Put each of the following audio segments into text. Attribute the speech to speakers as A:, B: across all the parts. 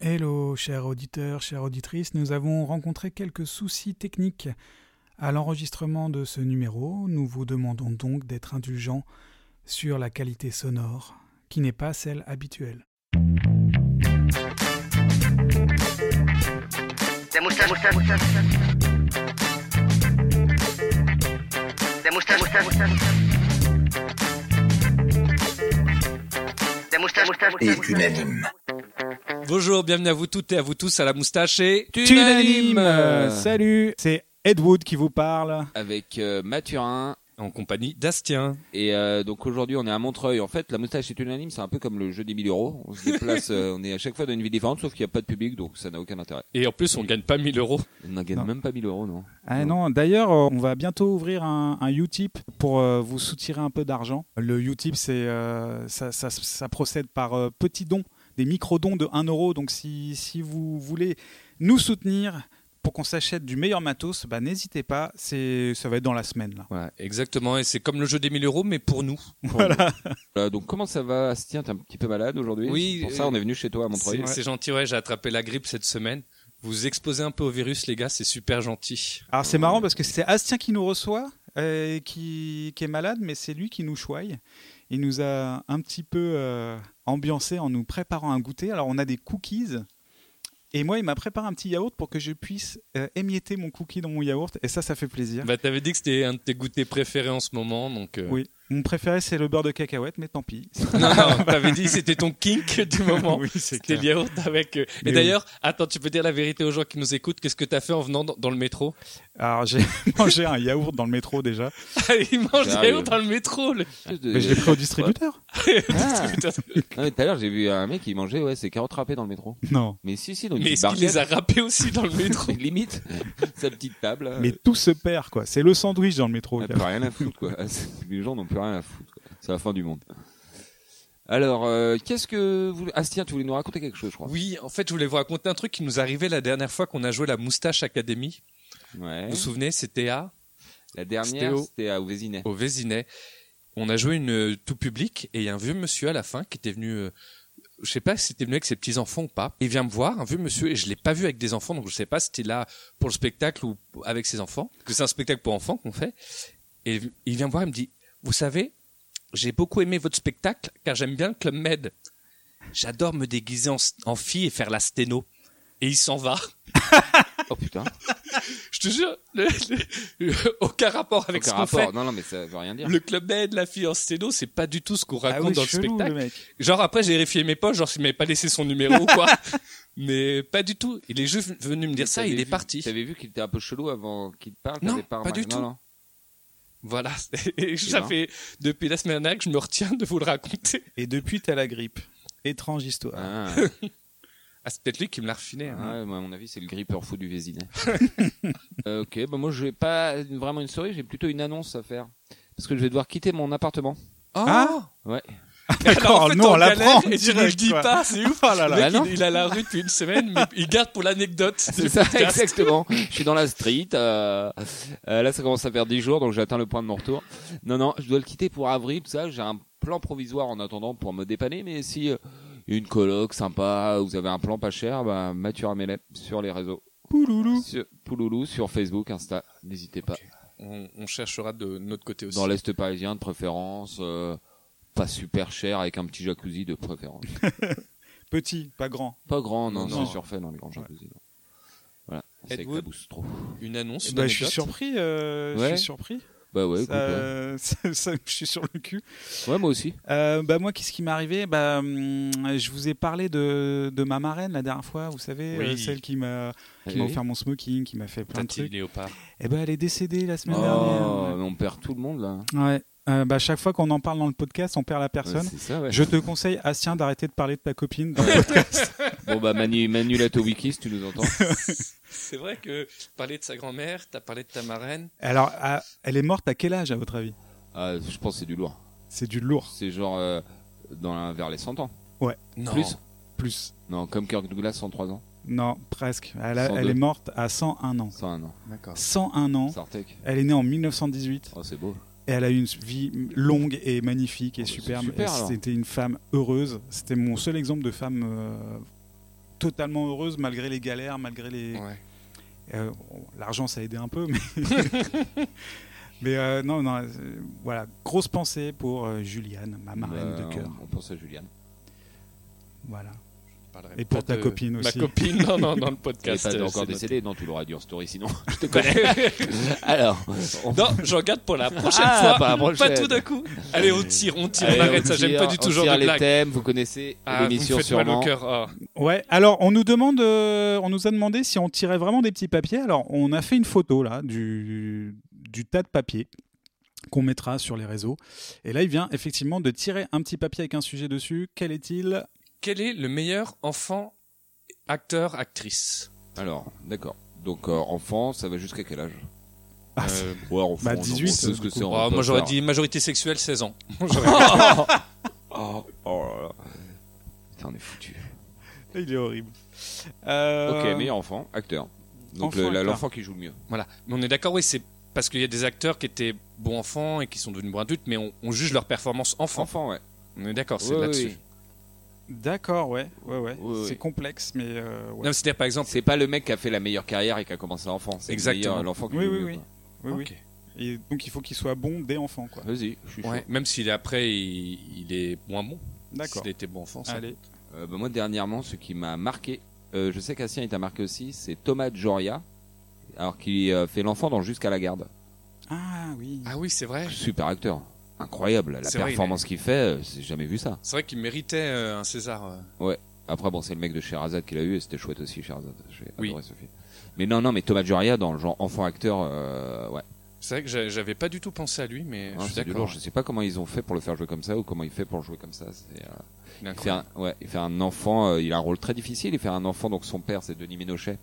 A: Hello, chers auditeurs, chères auditrices. Nous avons rencontré quelques soucis techniques à l'enregistrement de ce numéro. Nous vous demandons donc d'être indulgents sur la qualité sonore, qui n'est pas celle habituelle.
B: La moustache, moustache, moustache. La moustache, moustache, moustache. La moustache, moustache,
C: et
B: moustache.
C: unanime.
D: Bonjour, bienvenue à vous toutes et à vous tous à la moustache et
A: Tunanime Salut C'est Ed Wood qui vous parle.
E: avec euh, Mathurin.
D: en compagnie d'Astien.
E: Et euh, donc aujourd'hui, on est à Montreuil. En fait, la moustache est unanime. C'est un peu comme le jeu des 1000 euros. On se déplace, euh, on est à chaque fois dans une ville différente, sauf qu'il n'y a pas de public, donc ça n'a aucun intérêt.
D: Et en plus, on gagne pas 1000 euros.
E: On ne gagne
A: Non.
E: même pas 1000 euros, non
A: Ah non, d'ailleurs, euh, on va bientôt ouvrir un, un Utip pour euh, vous soutirer un peu d'argent. Le Utip, c'est euh, ça, ça- ça procède par euh, petits dons, des micro-dons de 1 euro. Donc si, si vous voulez nous soutenir pour qu'on s'achète du meilleur matos, bah, n'hésitez pas, c'est ça va être dans la semaine. Là.
E: Voilà.
D: Exactement, et c'est comme le jeu des 1000 euros, mais pour nous.
E: Voilà, donc comment ça va, Astien T'es un petit peu malade aujourd'hui
D: Oui,
E: Pour ça,
D: euh,
E: on est venu chez toi à
D: C'est
E: Montreuil. Ouais.
D: c'est gentil, ouais, j'ai attrapé la grippe cette semaine. Vous exposez un peu au virus, les gars, c'est super gentil.
A: Alors c'est marrant parce que c'est Astien qui nous reçoit, euh, qui, qui est malade, mais c'est lui qui nous choye. Il nous a un petit peu euh, ambiancé en nous préparant un goûter. Alors on a des cookies. Et moi, il m'a préparé un petit yaourt pour que je puisse euh, émietter mon cookie dans mon yaourt. Et ça, ça fait plaisir.
D: Bah, t'avais dit que c'était un de tes goûters préférés en ce moment, donc. euh,
A: Oui. Mon préféré, c'est le beurre de cacahuète, mais tant pis.
D: Non, non, t'avais dit que c'était ton kink du moment.
A: oui, c'est
D: C'était
A: clair.
D: yaourt avec. euh,
A: Mais
D: Et d'ailleurs, attends, tu peux dire la vérité aux gens qui nous écoutent. Qu'est-ce que t'as fait en venant dans dans le métro
A: Alors, j'ai mangé un yaourt dans le métro déjà.
D: Ah, Il mange
E: Ah,
D: des yaourts
E: oui.
D: dans le métro. le-
E: Espèce de-
A: Mais je l'ai pris au distributeur.
E: Ah. Non, mais tout à l'heure, j'ai vu un mec qui mangeait ouais, ses carottes râpées dans le métro.
A: Non.
E: Mais si, si, donc
D: Mais est-ce qu'il les a râpés aussi dans le métro
E: limite sa petite table. là.
D: Euh.
A: Mais tout se perd, quoi. C'est le sandwich dans le métro.
D: Ah, bah,
E: On n'a plus rien à foutre, quoi. Les gens n'ont plus rien à foutre. quoi. C'est la fin du monde. Alors, euh, qu'est-ce que vous... Astien, tu voulais nous raconter quelque chose, je crois.
D: Oui, en fait, je voulais vous raconter un truc qui nous arrivait la dernière fois qu'on a joué la Moustache Academy.
E: Ouais.
D: Vous vous souvenez, c'était à
E: La
D: C'était
E: dernière,
D: au-
E: c'était à Ouvésinet.
D: au Vésinet. On a joué une euh, tout public et il y a un vieux monsieur à la fin qui était venu. euh, je sais pas s'il était venu avec ses petits enfants ou pas. Il vient me voir, un vieux monsieur, et je l'ai pas vu avec des enfants, donc je sais pas si c'était là pour le spectacle ou avec ses enfants. parce Que c'est un spectacle pour enfants qu'on fait. Et il vient me voir, il me dit, vous savez, j'ai beaucoup aimé votre spectacle car j'aime bien le club Med. J'adore me déguiser en, en fille et faire la sténo. Et il s'en va.
E: Oh putain.
D: Je te jure, le- le- aucun rapport avec
E: Aucun
D: ce qu'on fait.
E: Non, non, mais ça veut rien dire.
D: Le club med, la fille en sténo, c'est pas du tout ce
A: Ah
D: qu'on raconte dans le spectacle.
A: mec.
D: Genre après, j'ai vérifié mes poches, genre s'il m'avait pas laissé son numéro ou quoi. Mais pas du tout. Il est juste venu me dire ça,
E: T'avais
D: il est
E: vu-
D: parti.
E: T'avais vu qu'il était un peu chelou avant qu'il te parle
D: Non,
E: t'avais
D: pas du
E: remarqué-
D: tout.
E: Non, non.
D: Voilà. Et ça
E: bien.
D: fait depuis la semaine dernière que je me retiens de vous le raconter.
A: Et depuis, t'as la grippe. Étrange histoire.
E: Ah,
D: Ah, c'est peut-être lui qui me l'a refiné. Bah, hein.
E: ouais, moi, à mon avis, c'est le grippeur fou du Vésinet. Euh, ok, bah moi, je vais pas une- vraiment une souris, j'ai plutôt une annonce à faire. Parce que je vais devoir quitter mon appartement.
D: Oh
A: Ah
E: Ouais.
A: D'accord,
D: Alors, en fait,
A: nous, on
D: galère
A: l'apprend
D: Et tu ne le
A: direct,
D: dis
A: quoi.
D: pas, c'est ouf.
A: Oh
D: Le
A: là là.
E: Bah
D: mec,
E: non.
D: il, il a la rue depuis une semaine, mais il garde pour l'anecdote.
E: C'est ça, exactement. Je suis dans la street. euh, euh, là, ça commence à faire 10 jours, donc j'atteins le point de mon retour. Non, non, je dois le quitter pour avril, tout ça. J'ai un plan provisoire en attendant pour me dépanner, mais si euh, une coloc sympa, vous avez un plan pas cher, bah, Mathieu Ramelet sur les réseaux.
A: Pouloulou.
E: Sur, Pouloulou, sur Facebook, Insta, n'hésitez pas.
D: On, on cherchera de notre côté aussi.
E: Dans l'Est parisien, de préférence. euh, pas super cher, avec un petit jacuzzi de préférence.
A: Petit, pas grand.
E: Pas grand, non,
A: Non.
E: c'est surfait dans les grands jacuzzis. non. Voilà, c'est que
D: Edwood.
E: ça booste trop.
D: Une annonce. une
A: Bah, je suis
D: anecdote.
A: surpris. euh, Je
E: Ouais.
A: suis surpris.
E: Bah ouais,
A: Ça,
E: écoute, ouais.
A: euh, ça- ça- je suis sur le cul.
E: ouais, moi aussi.
A: Euh, bah, moi, qu'est-ce qui m'est arrivé bah, hum, Je vous ai parlé de, de ma marraine la dernière fois, vous savez,
D: Oui.
A: euh, celle qui m'a qui m'a
E: Allez.
A: offert mon smoking, qui m'a fait plein de
D: Tati
A: trucs.
D: Léopard.
A: Et ben, elle est décédée la semaine
E: Oh,
A: dernière.
E: mais on perd tout le monde là.
A: Ouais. Euh, bah, chaque fois qu'on en parle dans le podcast, on perd la personne.
E: Ouais, c'est ça, ouais.
A: Je te conseille, Astien, d'arrêter de parler de ta copine dans le podcast.
E: Bon bah Manu, Manu Latowiki, si tu nous entends.
D: C'est vrai que parler de sa grand-mère, t'as parlé de ta marraine.
A: Alors, à- elle est morte à quel âge, à votre avis
E: Ah, je pense que c'est du lourd.
A: C'est du lourd,
E: C'est genre euh, dans la- vers les 100 ans.
D: Non.
E: Plus
A: plus.
E: Non, comme Kirk Douglas, 103 ans.
A: Non, presque. Elle, a-
E: 102.
A: elle est morte à 101 ans.
E: 101 ans.
A: 101
D: Hein
A: ans.
E: Sartek.
A: Elle est née en 1918
E: Oh, c'est beau.
A: et elle a eu une vie longue et magnifique et
E: Oh, bah, c'est
A: superbe.
E: super,
A: Et
E: alors.
A: C'était une femme heureuse. C'était mon seul exemple de femme euh, totalement heureuse malgré les galères, malgré les.
D: Ouais.
A: Euh, bon, L'argent, ça a aidé un peu, mais. mais euh, non, non, euh, voilà. Grosse pensée pour euh, Juliane, ma marraine
E: Ben,
A: de cœur.
E: On pense à Juliane.
A: Voilà.
D: Je parlerai
A: Et pour
D: pas
A: ta
E: euh,
D: de-
A: copine
D: Ma
A: aussi.
D: copine, non, non, dans le
E: Elle n'est
D: podcast.
E: pas
D: euh,
E: encore
D: c'est
E: décédée, non, tu l'auras dit en story sinon. Je te connais. Alors, on-
D: Non, je regarde pour la prochaine
E: Ah,
D: fois.
E: pour la prochaine.
D: Pas tout d'un coup. Allez, on tire, on tire,
E: Allez,
D: on arrête ça.
E: tire-
D: J'aime pas du
E: on
D: tout ce genre
E: tire
D: de
E: les
D: blague.
E: thèmes, vous connaissez
D: Ah, vous me
E: l'émission
D: faites mal au
E: sûrement.
D: cœur. ah.
A: Ouais, alors on nous demande, euh, on nous a demandé si on tirait vraiment des petits papiers. Alors on a fait une photo là du, du tas de papiers qu'on mettra sur les réseaux. Et là, il vient effectivement de tirer un petit papier avec un sujet dessus. Quel est-il
D: Quel est le meilleur enfant acteur, actrice
E: Alors, d'accord. Donc, euh, enfant, ça va jusqu'à quel âge
A: Ah, c'est-
D: Euh,
E: Ouais, enfant,
A: Bah,
E: on- on
A: 18,
E: sait ce
A: du
E: que
A: coup.
E: c'est, on
D: oh,
E: va
D: Moi,
E: pas
D: j'aurais
E: faire.
D: dit majorité sexuelle, 16 ans.
E: Oh, oh là là. Putain, on est foutu.
A: Il est horrible. Euh,
E: Ok, meilleur enfant, acteur. Donc,
A: Enfant,
E: le- la-
A: acteur.
E: l'enfant qui joue le mieux.
D: Voilà. Mais on est d'accord, oui, c'est parce qu'il y a des acteurs qui étaient bons enfants et qui sont devenus bons adultes, mais on, on juge leur performance enfant.
E: Enfant, ouais.
D: On est d'accord, c'est
E: Ouais,
D: là-dessus.
E: ouais.
A: D'accord, ouais, ouais, ouais.
E: Oui, oui.
A: C'est complexe, mais euh, ouais.
D: Non, mais c'est-à-dire, par exemple,
E: C'est pas le mec qui a fait la meilleure carrière et qui a commencé à enfant. C'est le
D: Exactement.
E: meilleur- l'enfant qui
A: Oui,
E: joue
A: oui,
E: le mieux,
A: oui.
E: quoi.
A: Oui, oui.
D: Ok.
A: Et donc il faut qu'il soit bon dès enfant, quoi.
E: Vas-y, je suis chaud.
D: ouais, même s'il est après, il, il est moins bon.
A: D'accord.
D: S'il était bon hein. enfant, ça.
A: Allez.
E: Euh, bah, moi, dernièrement, ce qui m'a marqué, euh, je sais qu'Assien, il t'a marqué aussi, c'est Thomas Joria, alors qui euh, fait l'enfant dans Jusqu'à la garde.
A: Ah oui.
D: Ah oui, c'est vrai.
E: Super acteur. Incroyable, la
D: C'est vrai,
E: performance qu'il fait, euh, j'ai jamais vu ça.
D: C'est vrai qu'il méritait euh, un César. euh.
E: Après, bon, c'est le mec de Sherazade qui l'a eu et c'était chouette aussi, Sherazade. J'ai
D: Oui.
E: adoré ce film. Mais non, non, mais Thomas Joria, dans le genre enfant acteur, euh, ouais.
D: C'est vrai que j'a- j'avais pas du tout pensé à lui, mais
E: Hein,
D: je suis
E: c'est du
D: Ah, d'accord.
E: lourd. Je sais pas comment ils ont fait pour le faire jouer comme ça ou comment il fait pour le jouer comme ça. C'est, euh,
D: Il est
E: Il fait un,
D: incroyable.
E: ouais, il fait un enfant, euh, il a un rôle très difficile. Il fait un enfant, donc son père c'est Denis Ménochet,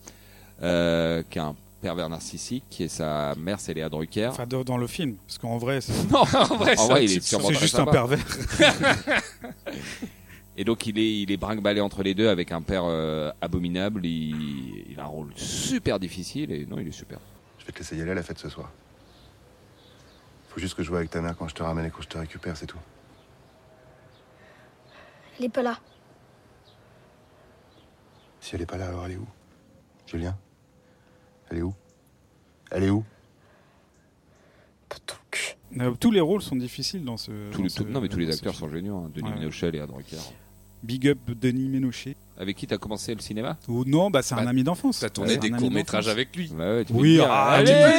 E: euh, qui est un pervers narcissique, et sa mère c'est Léa Drucker.
A: Enfin, dans dans le film, parce qu'en vrai, c'est
D: Non, en vrai,
E: En
D: c'est
E: vrai,
D: un
E: il est
D: type
E: sûrement
D: sans-
A: c'est
E: très
A: juste un
E: sympa.
A: pervers.
E: Et donc il est, il est brinque-ballé entre les deux avec un père euh, abominable. Il, il a un rôle super difficile et non, il est super.
C: Je vais te laisser y aller à la fête ce soir. Faut juste que je vois avec ta mère quand je te ramène et quand je te récupère, c'est tout.
F: Elle est pas là.
C: Si elle est pas là, alors elle est où Julien Elle est où Elle est où
F: Dans ton cul.
A: Euh, tous les rôles sont difficiles dans ce.
E: Tous
A: dans
E: les-
A: ce-
E: tout- non mais tous les
A: dans ce
E: acteurs
A: film.
E: sont géniaux. hein. Denis
A: Ouais.
E: Ménochet, Léa Drucker.
A: Big up Denis Ménochet.
E: Avec qui t'as commencé le cinéma
A: Ou non, bah c'est un
D: Bah,
A: ami d'enfance.
D: T'as tourné
A: C'est
D: des
A: un ami
D: courts-métrages
A: d'enfance.
D: avec lui.
E: Bah ouais, tu peux
A: Oui,
E: le dire.
A: ah,
E: allez, hein.
A: tu
D: peux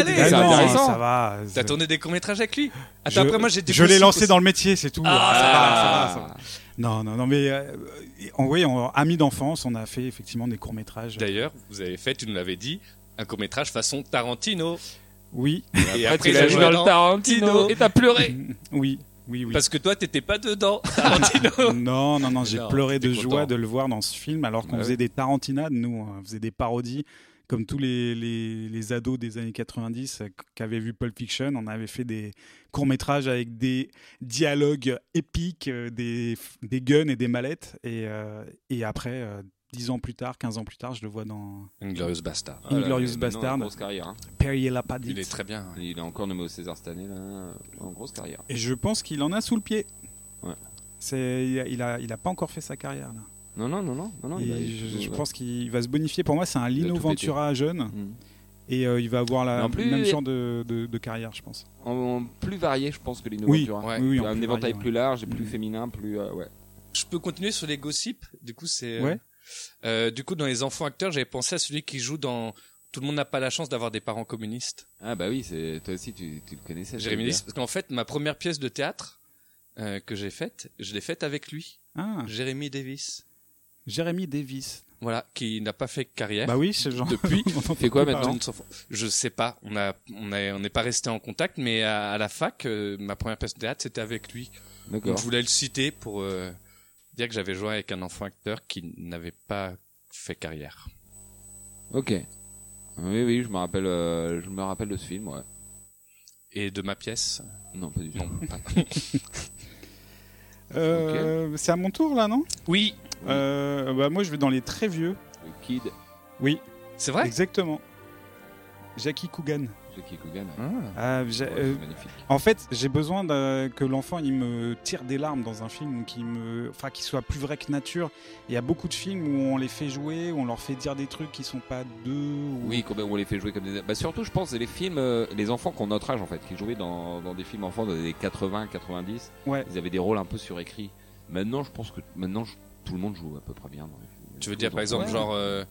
D: le dire,
E: c'est
A: Ah non,
E: intéressant.
A: ça va.
D: T'as
A: c'est-
D: tourné des courts-métrages avec lui
A: je-
D: Attends, après, moi, j'ai des
A: Je l'ai
D: gossips
A: lancé
D: aussi.
A: dans le métier, c'est tout. Ah,
E: Ah,
A: ça va, ça va, ça va. Non, non, non, mais euh, en oui, en ami d'enfance, on a fait effectivement des courts métrages.
D: D'ailleurs, vous avez fait, tu nous l'avais dit, un court-métrage façon Tarantino.
A: Oui,
D: Et
E: Après, tu
D: ils
E: l'as
D: ont
E: joué
D: joué
E: dans le Tarantino et t'as pleuré.
A: oui, oui, oui.
D: Parce que toi, t'étais pas dedans, Tarantino.
A: Non, non, non, j'ai
D: Non,
A: pleuré de
D: t'étais
A: joie
D: content.
A: de le voir dans ce film, alors
D: Ah
A: qu'on
D: oui.
A: faisait des tarantinades, nous, hein, on faisait des parodies, comme tous les, les, les ados des années 90 euh, qui avaient vu Pulp Fiction, on avait fait des courts-métrages avec des dialogues épiques, euh, des, des guns et des mallettes, et, euh, et après, euh, 10 ans plus tard, 15 ans plus tard, je le vois dans
D: Une glorieuse bastard. Euh,
E: Ah là,
A: Inglorious
E: mais non,
A: Bastard.
E: Grosse carrière. hein.
A: Perry et la Padite.
D: Il est très bien. ouais.
E: Il est encore nommé au César cette année, là, en grosse carrière.
A: Et je pense qu'il en a sous le pied.
E: Ouais.
A: C'est, il, a, il, a, il a pas encore fait sa carrière. Là.
E: Non, non, non, non. non, non
A: Et
E: Hein, il a-
A: je,
E: il-
A: je
E: ouais.
A: pense qu'il va se bonifier. Pour moi, c'est un
E: a
A: Lino
E: tout pété.
A: Ventura à jeune.
E: Mm.
A: Et euh, il va avoir la
E: En plus-
A: même genre de, de- de carrière, je pense.
E: En, en plus varié, je pense, que les
A: Oui,
E: Ventura.
D: Ouais.
A: Oui, oui, en
E: un
A: plus
E: éventail
A: varié, ouais. Hmm.
E: plus large et plus féminin, plus. euh, ouais.
D: Je peux continuer sur les gossips Du coup, c'est. euh,
A: Ouais.
D: euh, du coup, dans les enfants acteurs, j'avais pensé à celui qui joue dans. Tout le monde n'a pas la chance d'avoir des parents communistes.
E: Ah, bah oui, c'est- toi aussi, tu, tu le connaissais.
D: Jérémy
E: ce
D: Lys, parce qu'en fait, ma première pièce de théâtre euh, que j'ai faite, je l'ai faite avec lui,
A: Ah,
D: Jérémy Davis.
A: Jérémy Davis.
D: Voilà, qui n'a pas fait carrière.
A: Bah oui, c'est le genre.
D: Depuis,
A: on entend
E: Eh, fait quoi
A: plus
E: maintenant
A: parler.
D: Don't Suffer. Je sais pas. On a, on a- on n'est pas resté en contact, mais à, à la fac, euh, ma première pièce de théâtre, c'était avec lui.
E: gars. D'accord.
D: Donc, je voulais le citer pour euh, dire que j'avais joué avec un enfant acteur qui n'avait pas fait carrière.
E: Ok. Oui, oui, je me rappelle, euh, je me rappelle de ce film, ouais.
D: Et de ma pièce,
E: Non, pas du tout. Ah,
D: non. pas-
A: Euh, C'est à mon tour là, non
D: oui,
E: Oui.
A: Euh, bah, Moi, je vais dans les très vieux.
E: Le Kid.
A: Oui,
D: c'est vrai.
A: exactement. Jackie Coogan.
E: de Kikugan.
D: Ah.
A: Ah, j'ai-
E: Ouais,
A: euh,
E: c'est magnifique.
A: en fait, j'ai besoin d'un- que l'enfant il me tire des larmes dans un film, qui me, enfin, qui soit plus vrai que nature. Il y a beaucoup de films où on les fait jouer, où on leur fait dire des trucs qui sont pas d'eux. ou-
E: Oui, combien on les fait jouer comme des. Bah, surtout, je pense, c'est les films, euh, les enfants qu'on notre âge en fait, qui jouaient dans, dans des films enfants dans les 80, 90.
A: Ouais.
E: Ils avaient des rôles un peu surécrits. Maintenant, je pense que maintenant je- tout le monde joue à peu près bien. dans les films.
D: Tu veux
E: Tous
D: dire
E: les
D: par
E: enfants.
D: exemple
A: Ouais.
D: genre euh,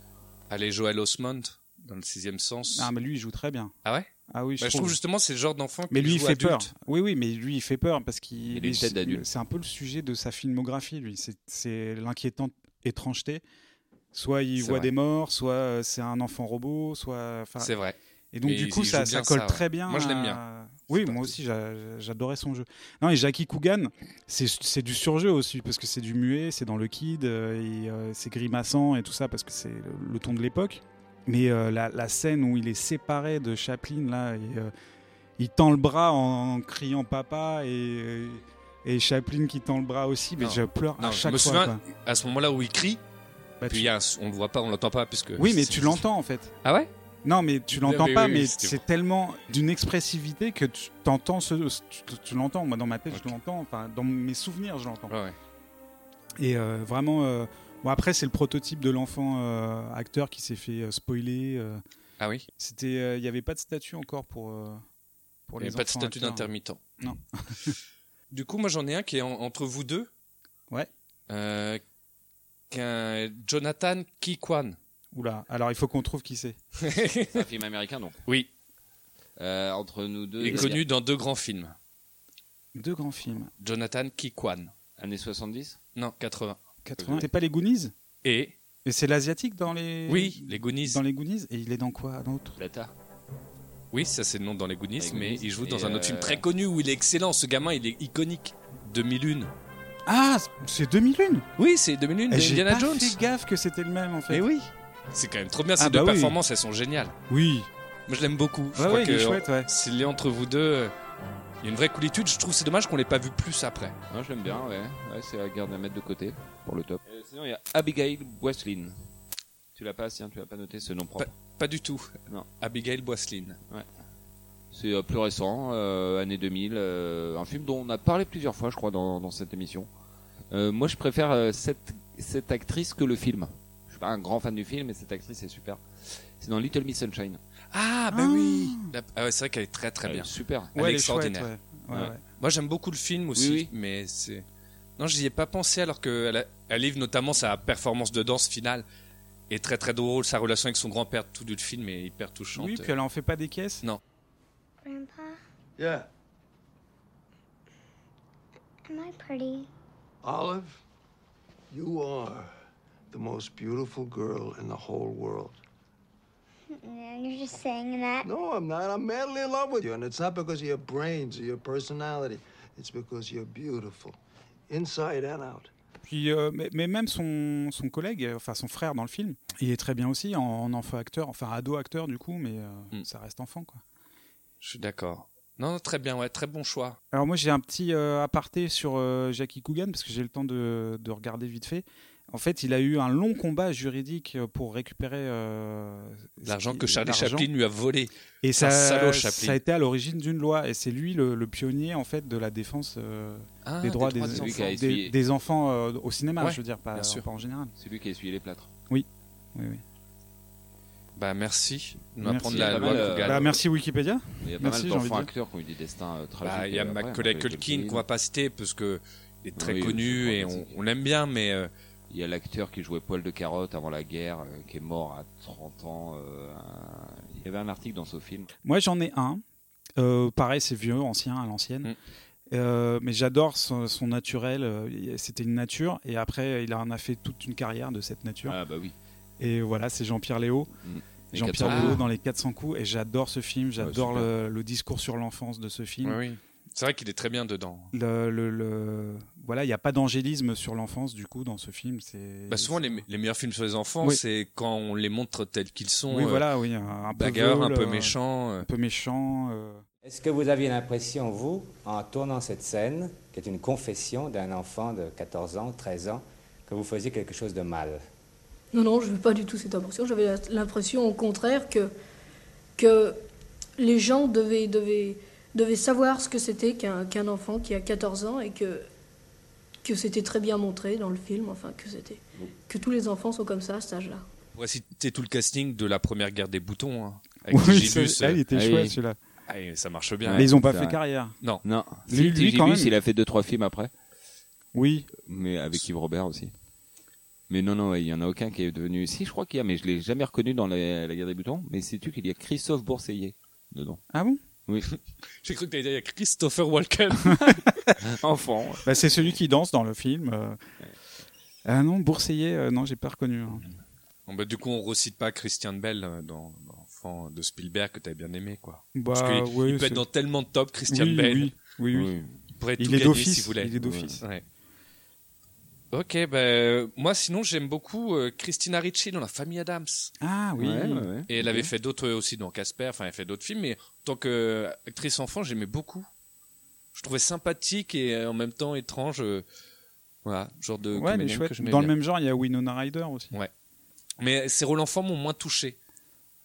D: allez Joel Osment dans le sixième sens.
A: Ah, mais lui, il joue très bien.
D: Ah ouais
A: Ah oui,
D: Bah, je trouve justement c'est le genre d'enfant
A: Mais
D: qui
A: lui, il
D: joue
A: fait
D: adulte.
A: peur. Oui, oui, mais lui, il fait peur parce
E: Il a
A: qu'il.
E: une tête d'adulte.
A: C'est un peu le sujet de sa filmographie, lui. C'est- C'est l'inquiétante étrangeté. Soit il
D: C'est
A: voit
D: vrai.
A: des morts, soit euh, c'est un enfant robot, soit. enfin,
D: C'est vrai.
A: Et donc,
D: Et
A: du
D: il-
A: coup,
D: il
A: ça,
D: joue
A: ça
D: bien
A: colle
D: ça, ouais.
A: très bien.
D: Moi, je l'aime
A: à- Oui, moi aussi, j'a- j'adorais son jeu. Non, et Jackie Coogan, c'est c'est du surjeu aussi, parce que c'est du muet, c'est dans le kid, euh, et euh, c'est grimaçant et tout ça, parce que c'est le, le ton de l'époque. Mais euh, la, la scène où il est séparé de Chaplin, là, et, euh, il tend le bras en, en criant papa, et, euh, et Chaplin qui tend le bras aussi, mais
D: Non.
A: je pleure
D: Non,
A: à
D: je
A: chaque
D: me
A: fois.
D: souviens-
A: quoi.
D: À ce moment-là où il crie,
A: Bah,
D: puis
A: tu-
D: il y a un- on le voit pas, on l'entend pas puisque
A: Oui, mais
D: c'est-
A: tu l'entends en fait.
D: Ah ouais
A: Non, mais tu l'entends
D: Oui,
A: pas,
D: oui,
A: mais
D: oui, c'était
A: c'est tellement d'une expressivité que tu t'entends, ce, ce- tu, tu- tu l'entends. Moi, dans ma tête, je
D: Ok.
A: l'entends. Enfin, dans mes souvenirs, je l'entends.
D: Ouais, ouais.
A: Et euh, vraiment, euh, bon, après, c'est le prototype de l'enfant euh, acteur qui s'est fait euh, spoiler. euh.
D: Ah oui,
A: C'était, euh, il n'y avait pas de statut encore pour. euh, pour
D: il n'y
A: les
D: a pas de
A: enfants
D: statut
A: acteurs.
D: d'intermittent.
A: Non.
D: du coup, moi j'en ai un qui est en- entre vous deux.
A: Ouais.
D: Euh, qu'un Jonathan Kikwan.
A: Oula, alors il faut qu'on trouve qui c'est.
E: C'est un film américain, donc.
D: oui,
E: Euh, entre nous deux.
D: il est
E: Daniel.
D: connu dans deux grands films.
A: Deux grands films.
D: Jonathan Kikwan.
E: Années 70.
D: Non, 80.
A: 80. T'es pas les Goonies
D: Et
A: Et c'est l'asiatique dans les.
D: oui, les Goonies.
A: Dans les Goonies Et il est dans quoi d'autre
E: Plata.
D: Oui, ça c'est le nom dans les Goonies,
E: Les Goonies.
D: mais il joue dans
E: Et,
D: un autre
E: euh,
D: film très connu où il est excellent. Ce gamin, il est iconique. 2001.
A: Ah, c'est 2001
D: Oui, c'est 2001
A: Et Eh, J'ai
D: d'Indiana
A: pas
D: Jones.
A: fait gaffe que c'était le même en fait.
D: Mais oui. C'est quand même trop bien. Ces
A: Ah,
D: deux
A: bah oui.
D: performances, elles sont géniales.
A: Oui.
D: Moi, je l'aime beaucoup. Je
A: Ouais,
D: crois
A: ouais, il est
D: que
A: chouette, ouais.
D: c'est lié entre vous deux. Il y a une vraie coolitude. Je trouve c'est dommage qu'on l'ait pas vu plus après.
E: Moi, je l'aime Ah, bien, ouais. Ouais, c'est la garde à mettre de côté pour le top. Euh, sinon, il y a Abigail Breslin. Tu l'as pas, Sien, tu l'as pas noté ce nom propre.
D: Pas du tout.
E: Non.
D: Abigail Boisselin.
E: C'est euh, plus récent, euh, année 2000, euh, un film dont on a parlé plusieurs fois, je crois, dans, dans cette émission. Euh, moi, je préfère euh, cette, cette actrice que le film. Je suis pas un grand fan du film, mais cette actrice est super. C'est dans Little Miss Sunshine.
D: Ah, bah
A: Ah.
D: oui. La- Ah ouais, c'est vrai qu'elle est très très
E: Elle est
D: bien.
E: Super.
D: Elle
A: Ouais,
D: est
A: elle est chouette,
D: extraordinaire.
A: ouais. Ouais,
E: Ouais.
A: ouais.
D: Moi, j'aime beaucoup le film aussi,
E: Oui, oui.
D: mais c'est. Non, j'y ai pas pensé alors que elle, a- elle livre notamment sa performance de danse finale est très très drôle. Sa relation avec son grand-père tout du film est hyper touchante.
A: Oui, puis elle en fait pas des caisses.
F: Grandpa,
G: Yeah.
F: am I pretty?
G: Olive, you are the most beautiful girl in the whole world.
F: You're just saying that.
G: No, I'm not. I'm madly in love with you. And it's not because of your brains or your personality, it's because you're beautiful, inside and out.
A: Puis, euh, mais, mais même son, son collègue, euh, enfin son frère dans le film, il est très bien aussi en, en enfant acteur, enfin ado acteur du coup, mais euh,
D: Mm.
A: ça reste enfant quoi.
D: Je suis d'accord. Non, non, très bien, ouais, très bon choix.
A: Alors moi j'ai un petit euh, aparté sur euh, Jackie Coogan parce que j'ai le temps de, de regarder vite fait. En fait, il a eu un long combat juridique pour récupérer euh, ce
D: L'argent
A: qui-
D: que Charlie
A: l'argent.
D: Chaplin lui a volé.
A: Et ça,
D: salaud, Chaplin.
A: ça a été à l'origine d'une loi et c'est lui le, le pionnier en fait de la défense euh,
D: Ah,
A: des droits des,
E: des
A: enfants,
E: enfants. Lui qui a
A: des,
E: essuyé.
A: des enfants euh, au cinéma,
D: Ouais,
A: je veux dire, pas,
D: bien sûr.
A: pas en général.
E: C'est lui qui a essuyé les plâtres.
A: Oui, oui.
D: Bah merci. On va
A: Merci.
D: prendre
A: Il y a
D: la
E: pas
D: loi
E: mal, euh,
D: Cougar.
A: Bah, merci Wikipédia.
E: Il y a pas
A: Merci, j'ai
E: mal
A: envie de
E: d'enfants
A: dire.
E: acteurs qui ont eu des destins euh, tragiques.
D: Bah, il y a
E: euh, après,
D: Macaulay
E: Macaulay
D: Culkin qu'on va pas citer parce que il est très
E: Oui,
D: connu
E: je
D: et
E: crois
D: on,
E: que c'est-
D: on l'aime bien, mais euh,
E: Il y a l'acteur qui jouait Poil de Carotte avant la guerre, euh, qui est mort à 30 ans. euh, un- Il y avait un article dans ce film.
A: Moi, j'en ai un. Euh, pareil, c'est vieux, ancien, à l'ancienne.
D: Mm.
A: Euh, mais j'adore son, son naturel. euh, C'était une nature. Et après, il en a fait toute une carrière de cette nature.
E: Ah bah oui.
A: Et voilà, c'est Jean-Pierre Léo.
D: Mm.
E: Les
A: Jean-Pierre
E: 400
A: Léo
E: coups.
A: dans Les 400 coups. Et j'adore ce film. J'adore
E: super.
A: le, le discours sur l'enfance de ce film.
D: ouais, oui. c'est vrai qu'il est très bien dedans.
A: Le, le- le- Voilà, il n'y a pas d'angélisme sur l'enfance, du coup, dans ce film. C'est
D: Bah, souvent les, me- les meilleurs films sur les enfants,
A: Oui.
D: c'est quand on les montre tels qu'ils sont,
A: Oui,
D: euh,
A: voilà, oui. Un, un peu
D: bagarre, un
A: veule,
D: peu
A: euh,
D: méchant. euh.
A: Un peu méchant. euh.
H: Est-ce que vous aviez l'impression, vous, en tournant cette scène, qui est une confession d'un enfant de 14 ans, 13 ans, que vous faisiez quelque chose de mal
I: Non, non, je n'avais pas du tout cette impression. J'avais la- l'impression, au contraire, que, que les gens devaient, devaient, devaient savoir ce que c'était qu'un qu'un enfant qui a 14 ans et que, que c'était très bien montré dans le film, enfin que c'était que tous les enfants sont comme ça à cet âge-là.
D: pourrait citer tout le casting de la première guerre des boutons. hein, avec
A: Oui,
D: Gilus,
A: c'est- ah, il était
E: Ah oui.
A: chouette celui-là.
D: euh, ah, et ça marche bien.
A: Mais ils ont pas
E: c'est
A: fait
E: vrai.
A: carrière.
D: Non.
E: Non.
A: Lui-
E: Si,
A: lui,
E: Tigi
A: quand
E: Bus,
A: même.
E: il a fait deux trois films après,
A: Oui,
E: mais avec Yves Robert aussi. Mais non, non, ouais, il y en a aucun qui est devenu. Si, je crois qu'il y a, mais je l'ai jamais reconnu dans la, la guerre des boutons. Mais sais-tu qu'il y a Christophe Bourseillet dedans
A: ah bon
D: J'ai cru que t'allais dire il y a Christopher Walken.
E: Enfant.
A: Bah, c'est celui qui danse dans le film. euh. Ah non, Bourseillet, euh, non, j'ai pas reconnu. hein.
D: Bon, bah, du coup, on recite pas Christian Bell euh, dans l'enfant de Spielberg que t'avais bien aimé, quoi. Parce
A: Bah,
D: qu'il
A: ouais,
D: il peut
A: c'est-
D: être dans tellement de top, Christian
A: oui,
D: Bell.
A: oui, oui, oui.
D: Il pourrait tout
A: Il est
D: gagner s'il
A: d'office.
D: voulait.
A: il est d'office.
D: Ouais. Ok, ben moi sinon j'aime beaucoup euh, Christina Ricci dans La Famille Adams.
A: Ah oui.
E: Ouais, ouais, ouais.
D: Et elle avait fait d'autres euh, aussi dans Casper, enfin elle a fait d'autres films, mais en tant qu'actrice enfant j'aimais beaucoup. Je trouvais sympathique et euh, en même temps étrange. euh, voilà, genre de
A: Ouais, elle est
D: comédienne
A: chouette.
D: que j'aimais
A: Dans le
D: bien.
A: même genre, il y a Winona Ryder aussi.
D: Mais ses rôles enfants m'ont moins touché.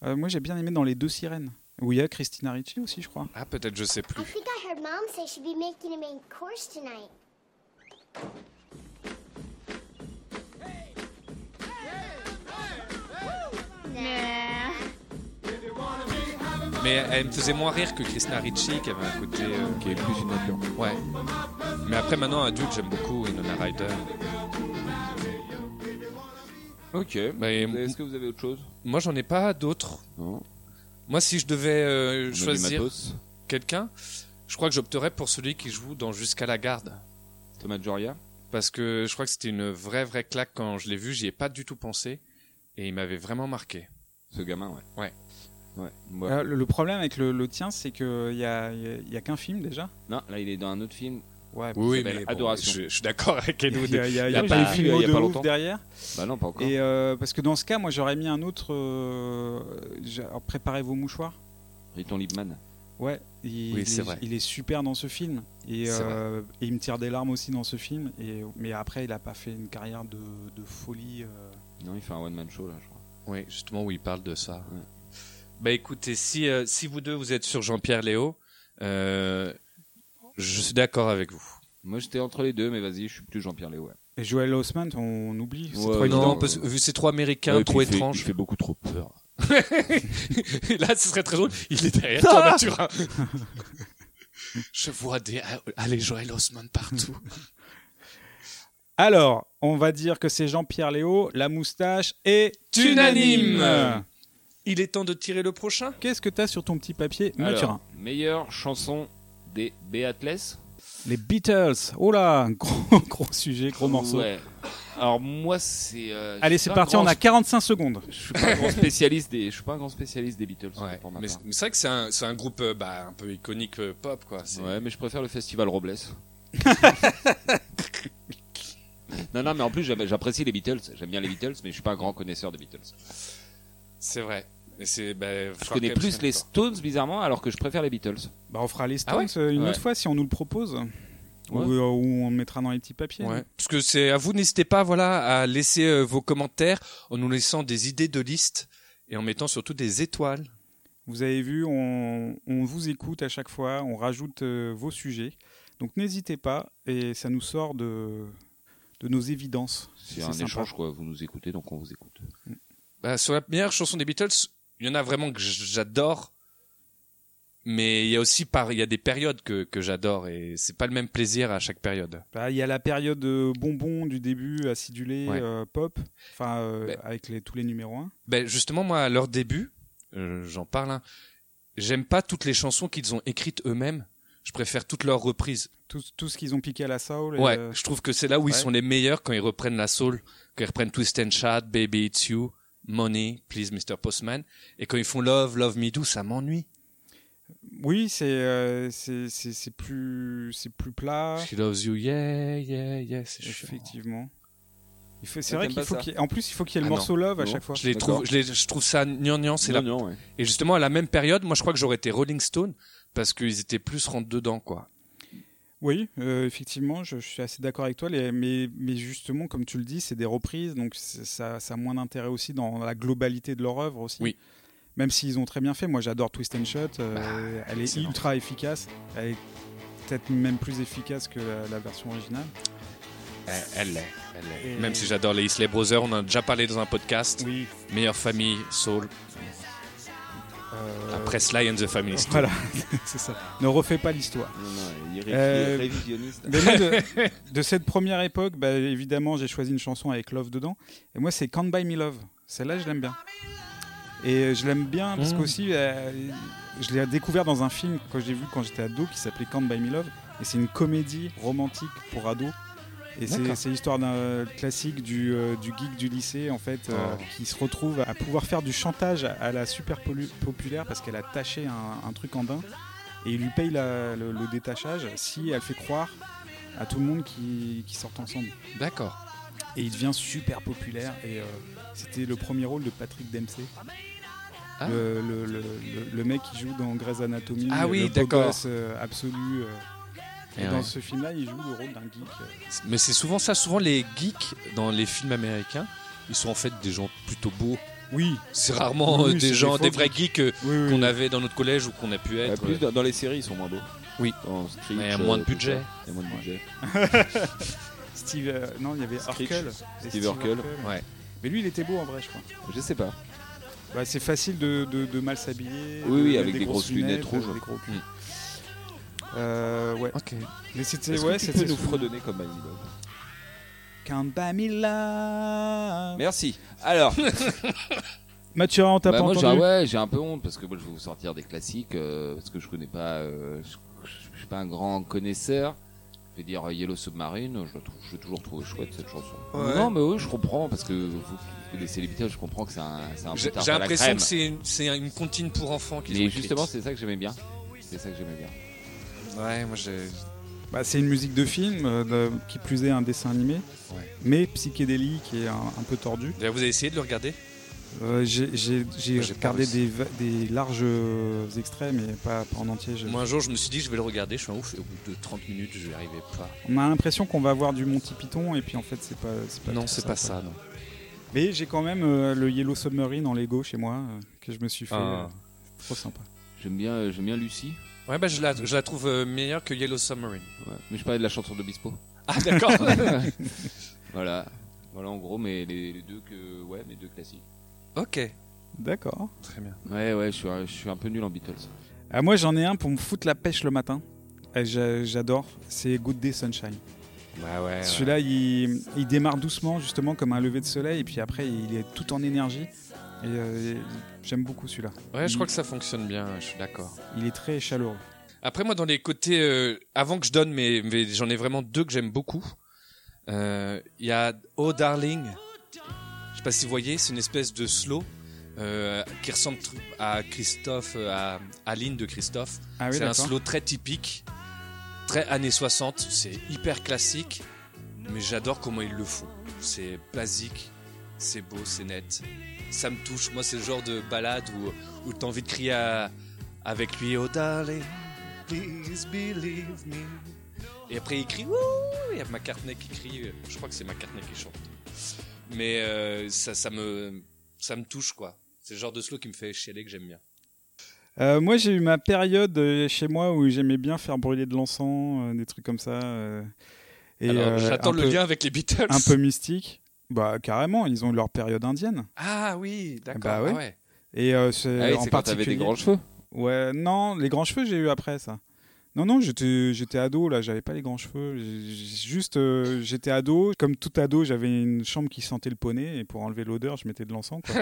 A: Euh, moi, j'ai bien aimé dans Les Deux Sirènes, où il y a Christina Ricci aussi, je crois.
D: Ah peut-être je sais
F: I
D: plus.
F: think I heard Mom say she'd be making a main course tonight. Nah.
D: Mais euh, elle me faisait moins rire que Christina Ricci qui avait un côté. euh,
E: Qui est plus une nature.
D: Ouais. Mais après, maintenant, adulte, j'aime beaucoup Inona Ryder.
E: Ok.
D: Bah, et m-
E: Est-ce que vous avez autre chose
D: moi, j'en ai pas d'autres.
E: Non.
D: Moi, si je devais euh,
E: On a du
D: choisir
E: matos.
D: quelqu'un, je crois que j'opterais pour celui qui joue dans Jusqu'à la garde.
E: Thomas Joria.
D: Parce que je crois que c'était une vraie, vraie claque quand je l'ai vu. J'y ai pas du tout pensé. Et il m'avait vraiment marqué.
E: Ce gamin, ouais.
D: Ouais.
E: Ouais. Moi-
A: Euh, le le problème avec le, le tien, c'est qu'il y a, y a- y a qu'un film déjà.
E: Non, là, il est dans un autre film.
A: Ouais.
D: Oui,
E: s'appelle
D: bon,
E: Adoration.
D: je, je suis d'accord avec
A: Il y a,
D: Edou.
A: il y a- il y a
E: il y a
A: des
E: pas-
A: filmos
E: il y a
A: de
E: pas
A: ouf
E: longtemps.
A: derrière.
E: Bah non, pas encore.
A: Et euh, parce que dans ce cas, moi, j'aurais mis un autre. euh, j'ai- alors, préparez vos mouchoirs.
E: Riton Liebman.
A: Ouais, il,
D: Oui,
A: il
D: c'est
A: est,
D: vrai.
A: il est super dans ce film et,
D: C'est
A: euh, et il me tire des larmes aussi dans ce film. Et, mais après, il a pas fait une carrière de, de folie. euh.
E: Non, il fait un one-man show, là, je crois.
D: Oui, justement, où il parle de ça.
E: Ouais.
D: Bah écoutez, si, euh, si vous deux, vous êtes sur Jean-Pierre Léo, euh, je suis d'accord avec vous.
E: Moi, j'étais entre les deux, mais vas-y, je suis plus Jean-Pierre Léo. ouais.
A: Et Joel Haussmann, on oublie. C'est
E: Ouais,
A: trop
E: non,
A: évident.
D: Euh, Non, parce que vu ces trois américains
E: Ouais, puis
D: trop
E: il fait-
D: étranges.
E: Il fait beaucoup trop peur.
D: Là, ce serait très drôle. Il est derrière toi, hein. Mathurin. Je vois des. Allez, Joël Haussmann partout.
A: Alors, on va dire que c'est Jean-Pierre Léo. La moustache est
D: Unanime.
A: unanime.
D: Il est temps de tirer le prochain
A: Qu'est-ce que t'as sur ton petit papier,
E: Alors,
A: Mathurin
E: meilleure chanson des Beatles.
A: Les Beatles. Oh là, gros, gros sujet, gros morceau.
E: Ouais. Alors moi c'est. euh, je
A: Allez,
E: suis
A: c'est
E: pas
A: parti.
E: un grand-
A: On a 45 secondes.
E: Je suis pas un grand spécialiste des. Je suis pas un grand spécialiste des Beatles. pour ma
D: Mais
E: part.
D: c'est vrai que c'est un, c'est un groupe euh, bah, un peu iconique euh, pop, quoi. C'est-
E: Ouais, mais je préfère le festival Robles. non, non, mais en plus j'aime- j'apprécie les Beatles. J'aime bien les Beatles, mais je suis pas un grand connaisseur des Beatles.
D: C'est vrai. Et c'est, bah,
E: Je connais plus les Stones bizarrement, alors que je préfère les Beatles.
A: Bah, on fera les Stones
D: Ah ouais
A: euh, une
E: Ouais.
A: autre fois si on nous le propose. Ou,
E: Ouais.
A: euh, ou on le mettra dans les petits papiers.
D: Ouais. Parce que c'est à vous, n'hésitez pas voilà, à laisser euh, vos commentaires en nous laissant des idées de listes et en mettant surtout des étoiles.
A: Vous avez vu, on, on vous écoute à chaque fois, on rajoute euh, vos sujets. Donc n'hésitez pas, et ça nous sort de, de nos évidences.
E: C'est un
A: sympa.
E: échange quoi. Vous nous écoutez, donc on vous écoute.
D: Bah, sur la meilleure chanson des Beatles, il y en a vraiment que j- j'adore. Mais il y a aussi par, il y a des périodes que, que j'adore et c'est pas le même plaisir à chaque période.
A: Bah, Il y a la période euh, bonbon du début, acidulé,
D: Ouais.
A: euh, pop, enfin euh,
D: Ben.
A: avec les, tous les numéros 1.
D: Ben, justement, moi, à leur début, euh, j'en parle, hein, j'aime pas toutes les chansons qu'ils ont écrites eux-mêmes. Je préfère toutes leurs reprises.
A: Tout, tout ce qu'ils ont piqué à la soul. et,
D: Ouais,
A: euh,
D: je trouve que c'est là où ils
A: ouais.
D: sont les meilleurs quand ils reprennent la soul, quand ils reprennent Twist and Shout, Baby It's You, Money, Please Mr. Postman, et quand ils font Love, Love Me Do, ça m'ennuie.
A: oui, c'est euh, c'est- c'est- c'est plus, c'est plus plat.
D: She loves you, yeah, yeah, yeah, c'est chiant.
A: Effectivement. Il faut- C'est
E: Ah,
A: vrai
E: hein. t'aimes
A: qu'il
E: pas
A: faut
E: ça
A: qu'il y ait- en plus, il faut qu'il y ait le
D: Ah non.
A: morceau love à
E: Non.
A: chaque fois.
D: Je les
E: D'accord.
D: trouve, je, les- je trouve ça gnangnan, c'est la...
E: Non, non, ouais.
D: Et justement, à la même période, moi je crois que j'aurais été Rolling Stone parce qu'ils étaient plus rentre dedans, quoi.
A: Oui, euh, effectivement, je, je suis assez d'accord avec toi. les- mais, mais justement, comme tu le dis, c'est des reprises, donc c'est- ça, ça a moins d'intérêt aussi dans la globalité de leur œuvre aussi.
D: Oui.
A: Même s'ils ont très bien fait, moi j'adore Twist and Shot, euh, elle est
D: Bah, excellent.
A: ultra efficace, elle est peut-être même plus efficace que la, la version originale.
D: Elle- Elle l'est. elle l'est.
A: Et-
D: Même si j'adore les Isley Brothers, on en a déjà parlé dans un podcast.
A: Oui. Euh.
D: Meilleure famille, Soul, après Sly and the Family Stone.
A: Voilà, c'est ça. Ne refais pas l'histoire.
E: Non, non, il est
A: Euh,
E: révisionniste.
A: Mais moi, de, de cette première époque, bah, évidemment, j'ai choisi une chanson avec Love dedans. Et moi, c'est Can't Buy Me Love. Celle-là, je l'aime bien. Et je l'aime bien parce
D: Mm.
A: qu'aussi, euh, je l'ai découvert dans un film que j'ai vu quand j'étais ado qui s'appelait Can't Buy Me Love. Et c'est une comédie romantique pour ados. Et c'est
D: D'accord.
A: c'est l'histoire d'un euh, classique du, euh, du geek du lycée, en fait, euh,
D: Oh.
A: qui se retrouve à pouvoir faire du chantage à- à la super polu- populaire parce qu'elle a taché un, un truc en din. Et il lui paye la- le, le détachage si elle fait croire à tout le monde qui, qui sortent ensemble.
D: D'accord.
A: Et il devient super populaire. Et euh, c'était le premier rôle de Patrick Dempsey.
D: Ah.
A: Le, le- le- le- le mec qui joue dans Grey's Anatomy,
D: Ah oui,
A: le beau
D: d'accord.
A: gosse, euh, absolu. euh.
D: Eh
A: et dans
D: ouais.
A: ce film-là, il joue le rôle d'un geek. euh.
D: Mais c'est souvent ça, souvent les geeks dans les films américains, ils sont en fait des gens plutôt beaux.
A: Oui,
D: C'est rarement
A: Oui,
D: euh,
A: c'est
D: des
A: des
D: gens,
A: faux
D: des vrais
A: geeks.
D: geeks euh,
A: oui, oui.
D: qu'on avait dans notre collège ou qu'on a pu
E: Bah,
D: être. euh.
E: plus dans, dans les séries, ils sont moins beaux.
D: Oui.
E: Dans Screech,
D: Mais il y a moins de
E: euh, tout
D: budget.
E: ça. Il y a moins de budget.
A: Steve. euh, non, il y avait
E: Screech.
A: Urkel. Et
E: Steve Urkel.
D: Ouais.
A: Mais lui, il était beau en vrai, je crois.
E: Je sais pas.
A: Bah, c'est facile de, de- de mal s'habiller.
E: Oui,
A: de-
E: oui, avec des grosses lunettes
A: euh,
E: rouges.
A: des gros culs.
D: Mm.
A: Euh, ouais.
D: Ok.
A: Mais c'était
E: Est-ce
A: ouais,
E: que tu
A: c'était
E: peux nous
A: souvent-
E: fredonner comme Manny Love
A: Can't buy me love.
E: Merci. Alors,
A: Mathieu, on t'a
E: bah,
A: pas
E: moi, j'ai,
A: entendu
E: ouais, j'ai un peu honte parce que moi, je vais vous sortir des classiques euh, parce que je connais pas. euh, je, je- je suis pas un grand connaisseur. Je vais dire euh, Yellow Submarine. Je, la trouve, je l'ai toujours trouvé chouette cette chanson.
G: Ouais.
E: Non, mais oui, je comprends parce que vous qui connaissez les Beatles, je comprends que c'est un, c'est un
D: J'ai
E: peu tard
D: j'ai
E: pour la
D: l'impression
E: crème.
D: que c'est une, c'est une comptine pour enfants qui
E: Mais justement, c'est ça que j'aimais bien. C'est ça que j'aimais bien.
D: Ouais, moi j'ai.
A: Bah, C'est une musique de film, euh, de- qui plus est un dessin animé,
D: Ouais.
A: mais psychédélique et un, un peu tordu.
D: D'ailleurs, vous avez essayé de le regarder
A: Euh, j'ai- J'ai j'ai
D: Moi, j'ai pas
A: regardé
D: réussi.
A: des, va- des larges euh, extraits, mais pas, pas en entier. je-
D: Moi un jour, je me suis dit, je vais le regarder, je suis un ouf, et au bout de 30 minutes, je n'y arrivais pas.
A: On a l'impression qu'on va voir du Monty Python, et puis en fait, c'est pas, pas
D: Non,
A: tout
D: c'est pas ça, non.
A: Mais j'ai quand même euh, le Yellow Submarine en Lego chez moi, euh, que je me suis fait.
D: Ah.
A: euh, trop sympa.
E: J'aime bien, euh, j'aime bien Lucie.
D: Ouais, bah je la, je la trouve euh, meilleure que Yellow Submarine.
E: Ouais. Mais je parlais de la chanson de Bispo.
D: Ah, d'accord
E: Voilà. Voilà en gros, mais les, les deux que ouais, mes deux classiques.
D: Ok.
A: D'accord.
D: Très bien.
E: Ouais, ouais, je suis, un- je suis un peu nul en Beatles.
A: Ah, moi, j'en ai un pour me foutre la pêche le matin. Euh, j'a- J'adore. C'est Good Day Sunshine.
D: Bah ouais.
A: Celui-là, il, il démarre doucement, justement, comme un lever de soleil, et puis après, il est tout en énergie. Et euh, j'aime beaucoup celui-là.
D: Ouais, je crois que ça fonctionne bien, je suis d'accord.
A: Il est très chaleureux.
D: Après, moi, dans les côtés, euh, avant que je donne, mais, mais j'en ai vraiment deux que j'aime beaucoup. Euh, Il y a Oh Darling. Je sais pas si vous voyez, c'est une espèce de slow euh, qui ressemble tr- à Christophe, euh, à Aline de Christophe.
A: Ah oui,
D: c'est un
A: d'accord.
D: slow très typique, très années 60. C'est hyper classique, mais j'adore comment ils le font. C'est basique, c'est beau, c'est net. Ça me touche. Moi, c'est le genre de balade où, où t'as envie de crier à- avec lui Oh darling, please believe me. Et après, il crie Wouh Il y a McCartney qui crie. Je crois que c'est McCartney qui chante. Mais euh, ça, ça, me, ça me touche, quoi. C'est le genre de slow qui me fait chialer que j'aime bien.
A: Euh, moi, j'ai eu ma période euh, chez moi où j'aimais bien faire brûler de l'encens, euh, des trucs comme ça. euh, et,
D: Alors,
A: euh,
D: j'attends
A: un
D: le
A: peu-
D: lien avec les Beatles.
A: un peu mystique. Bah carrément, ils ont leur période indienne.
D: Ah oui, d'accord.
A: Bah ouais.
D: ouais.
A: Et euh, c'est
E: Ah oui,
A: en
E: c'est quand t'avais
A: particulier.
E: des grands cheveux.
A: Ouais, non, les grands cheveux j'ai eu après ça. Non non, j'étais j'étais ado là, j'avais pas les grands cheveux. J'ai- j'ai- Juste euh, j'étais ado, comme tout ado, j'avais une chambre qui sentait le poney et pour enlever l'odeur, je mettais de l'encens. quoi.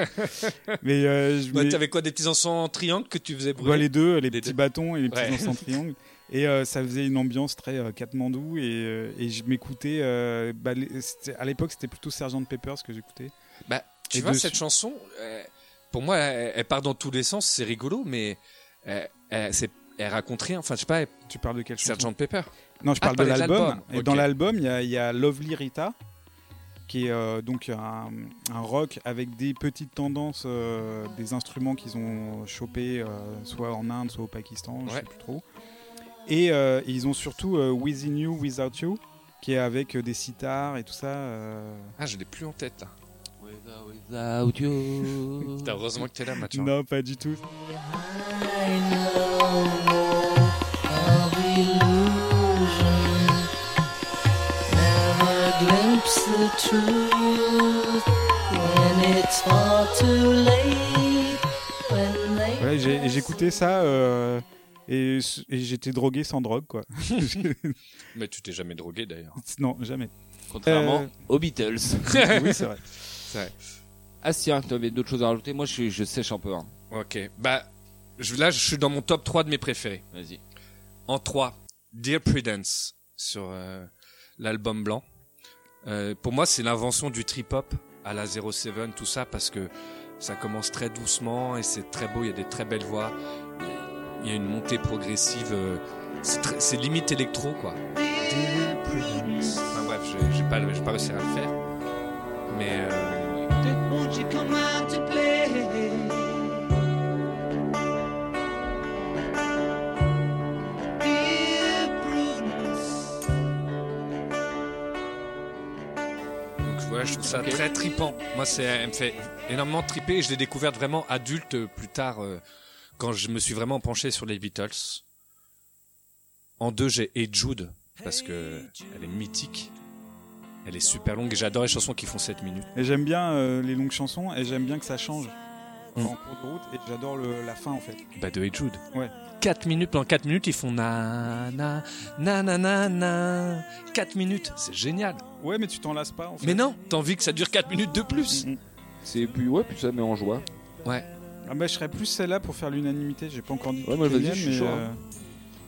A: mais euh, je
D: Bah,
A: mets-
D: T'avais quoi des petits encens en triangle que tu faisais brûler
A: bah, les deux, les
D: Les
A: petits
D: deux.
A: bâtons et les petits
D: Ouais.
A: encens triangles. Et euh, ça faisait une ambiance très euh, Katmandou et, euh, et je m'écoutais. euh, bah, les- c'était- à l'époque, c'était plutôt Sergeant Pepper's que j'écoutais.
D: Bah, Tu
A: Et
D: vois
A: dessus.
D: cette chanson, euh, pour moi, elle, elle part dans tous les sens. C'est rigolo, mais euh, elle, c'est- elle raconte rien. Enfin, je sais pas. elle-
A: Tu parles de quelle chanson
D: Sergeant Pepper.
A: Non, je
D: Ah,
A: parle de
D: parler de
A: l'album.
D: l'album,
A: Et
D: ok.
A: dans l'album, il y, a- il y a Lovely Rita, qui est euh, donc un, un rock avec des petites tendances, euh, des instruments qu'ils ont chopés, euh, soit en Inde, soit au Pakistan, je
D: Ouais.
A: sais plus trop. Et euh, ils ont surtout euh, Within You, Without You, qui est avec euh, des sitars et tout ça. euh,
D: Ah, je l'ai plus en tête. là.
E: Without you.
D: Putain, heureusement que t'es là, Mathieu.
A: Oh. Non, pas du tout. Voilà, j'ai j'ai écouté ça euh, et, et j'étais drogué sans drogue, quoi.
D: Mais tu t'es jamais drogué d'ailleurs.
A: non, jamais.
E: Contrairement
A: Euh.
E: aux Beatles.
A: oui, c'est vrai.
E: Ah, si, hein, tu avais d'autres choses à rajouter. Moi, je, suis- je sèche un peu. hein.
D: Ok. Bah, je- là, je suis dans mon top 3 de mes préférés.
E: Vas-y.
D: En 3, Dear Prudence sur euh, l'album blanc. Euh, pour moi, c'est l'invention du trip-hop à la 07, tout ça, parce que ça commence très doucement et c'est très beau, il y a des très belles voix, il y a- il y a une montée progressive, euh, c'est très- c'est limite électro, quoi. Dear Prudence. Enfin bref, je- j'ai pas, j'ai pas réussi à le faire. Mais... euh, Donc voilà, je trouve ça très tripant. Moi, c'est, elle me fait énormément triper. Et je l'ai découverte vraiment adulte euh, plus tard, euh, quand je me suis vraiment penché sur les Beatles. En deux, j'ai et Jude parce que elle est mythique. Elle est super longue et j'adore les chansons qui font 7 minutes.
A: Et j'aime bien euh, les longues chansons et j'aime bien que ça change
D: Mm.
A: en cours de route et j'adore le- la fin en fait.
D: Bah de Hey Jude.
A: Ouais.
D: 4 minutes, pendant 4 minutes, ils font na na na na na na. 4 minutes, c'est génial.
A: Ouais, mais tu t'en lasses pas en fait.
D: Mais non, t'as envie que ça dure 4 minutes de plus.
A: Mm, mm.
E: C'est puis ouais, puis ça met en joie.
A: Ah bah, je serais plus celle-là pour faire l'unanimité, j'ai pas encore dit
E: Ouais, moi,
A: quatrième,
E: vas-y, je suis
A: mais,
E: chaud, hein.
A: euh,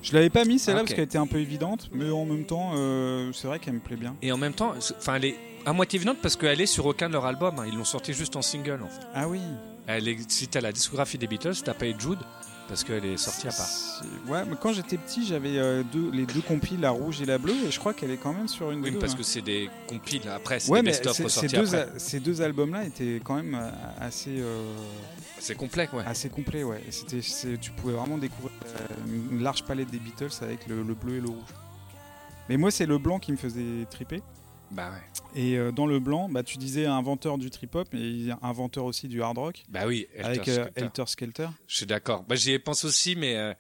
A: je l'avais pas mis celle-là
D: Ah, ok.
A: parce qu'elle était un peu évidente, mais en même temps, euh, c'est vrai qu'elle me plaît bien.
D: Et en même temps, c'est- enfin, elle est à moitié venante parce qu'elle est sur aucun de leurs albums. hein. Ils l'ont sorti juste en single. En fait.
A: Ah oui,
D: elle est, si t'as la discographie des Beatles, t'as pas eu Jude parce qu'elle est sortie à part.
A: C'est- Ouais, mais quand j'étais petit, j'avais euh, deux, les deux compiles, la rouge et la bleue, et je crois qu'elle est quand même sur une des
D: Oui,
A: deux,
D: parce
A: hein.
D: que c'est des compiles hein. après, c'est
A: Ouais,
D: des
A: mais
D: best-of
A: c'est- ces
D: ressortis
A: deux,
D: après.
A: a- ces deux albums-là étaient quand même euh, assez, euh,
D: C'est complet, ouais.
A: assez complets, ouais. Et C'était, c'est- tu pouvais vraiment découvrir euh, une large palette des Beatles avec le, le bleu et le rouge. Mais moi, c'est le blanc qui me faisait triper.
D: Bah ouais.
A: Et euh, dans le blanc, bah, tu disais inventeur du trip-hop, mais inventeur aussi du hard rock,
D: Bah oui, Helter
A: avec euh,
D: Skelter.
A: Helter Skelter.
D: Je suis d'accord. Bah, j'y pense aussi, mais euh,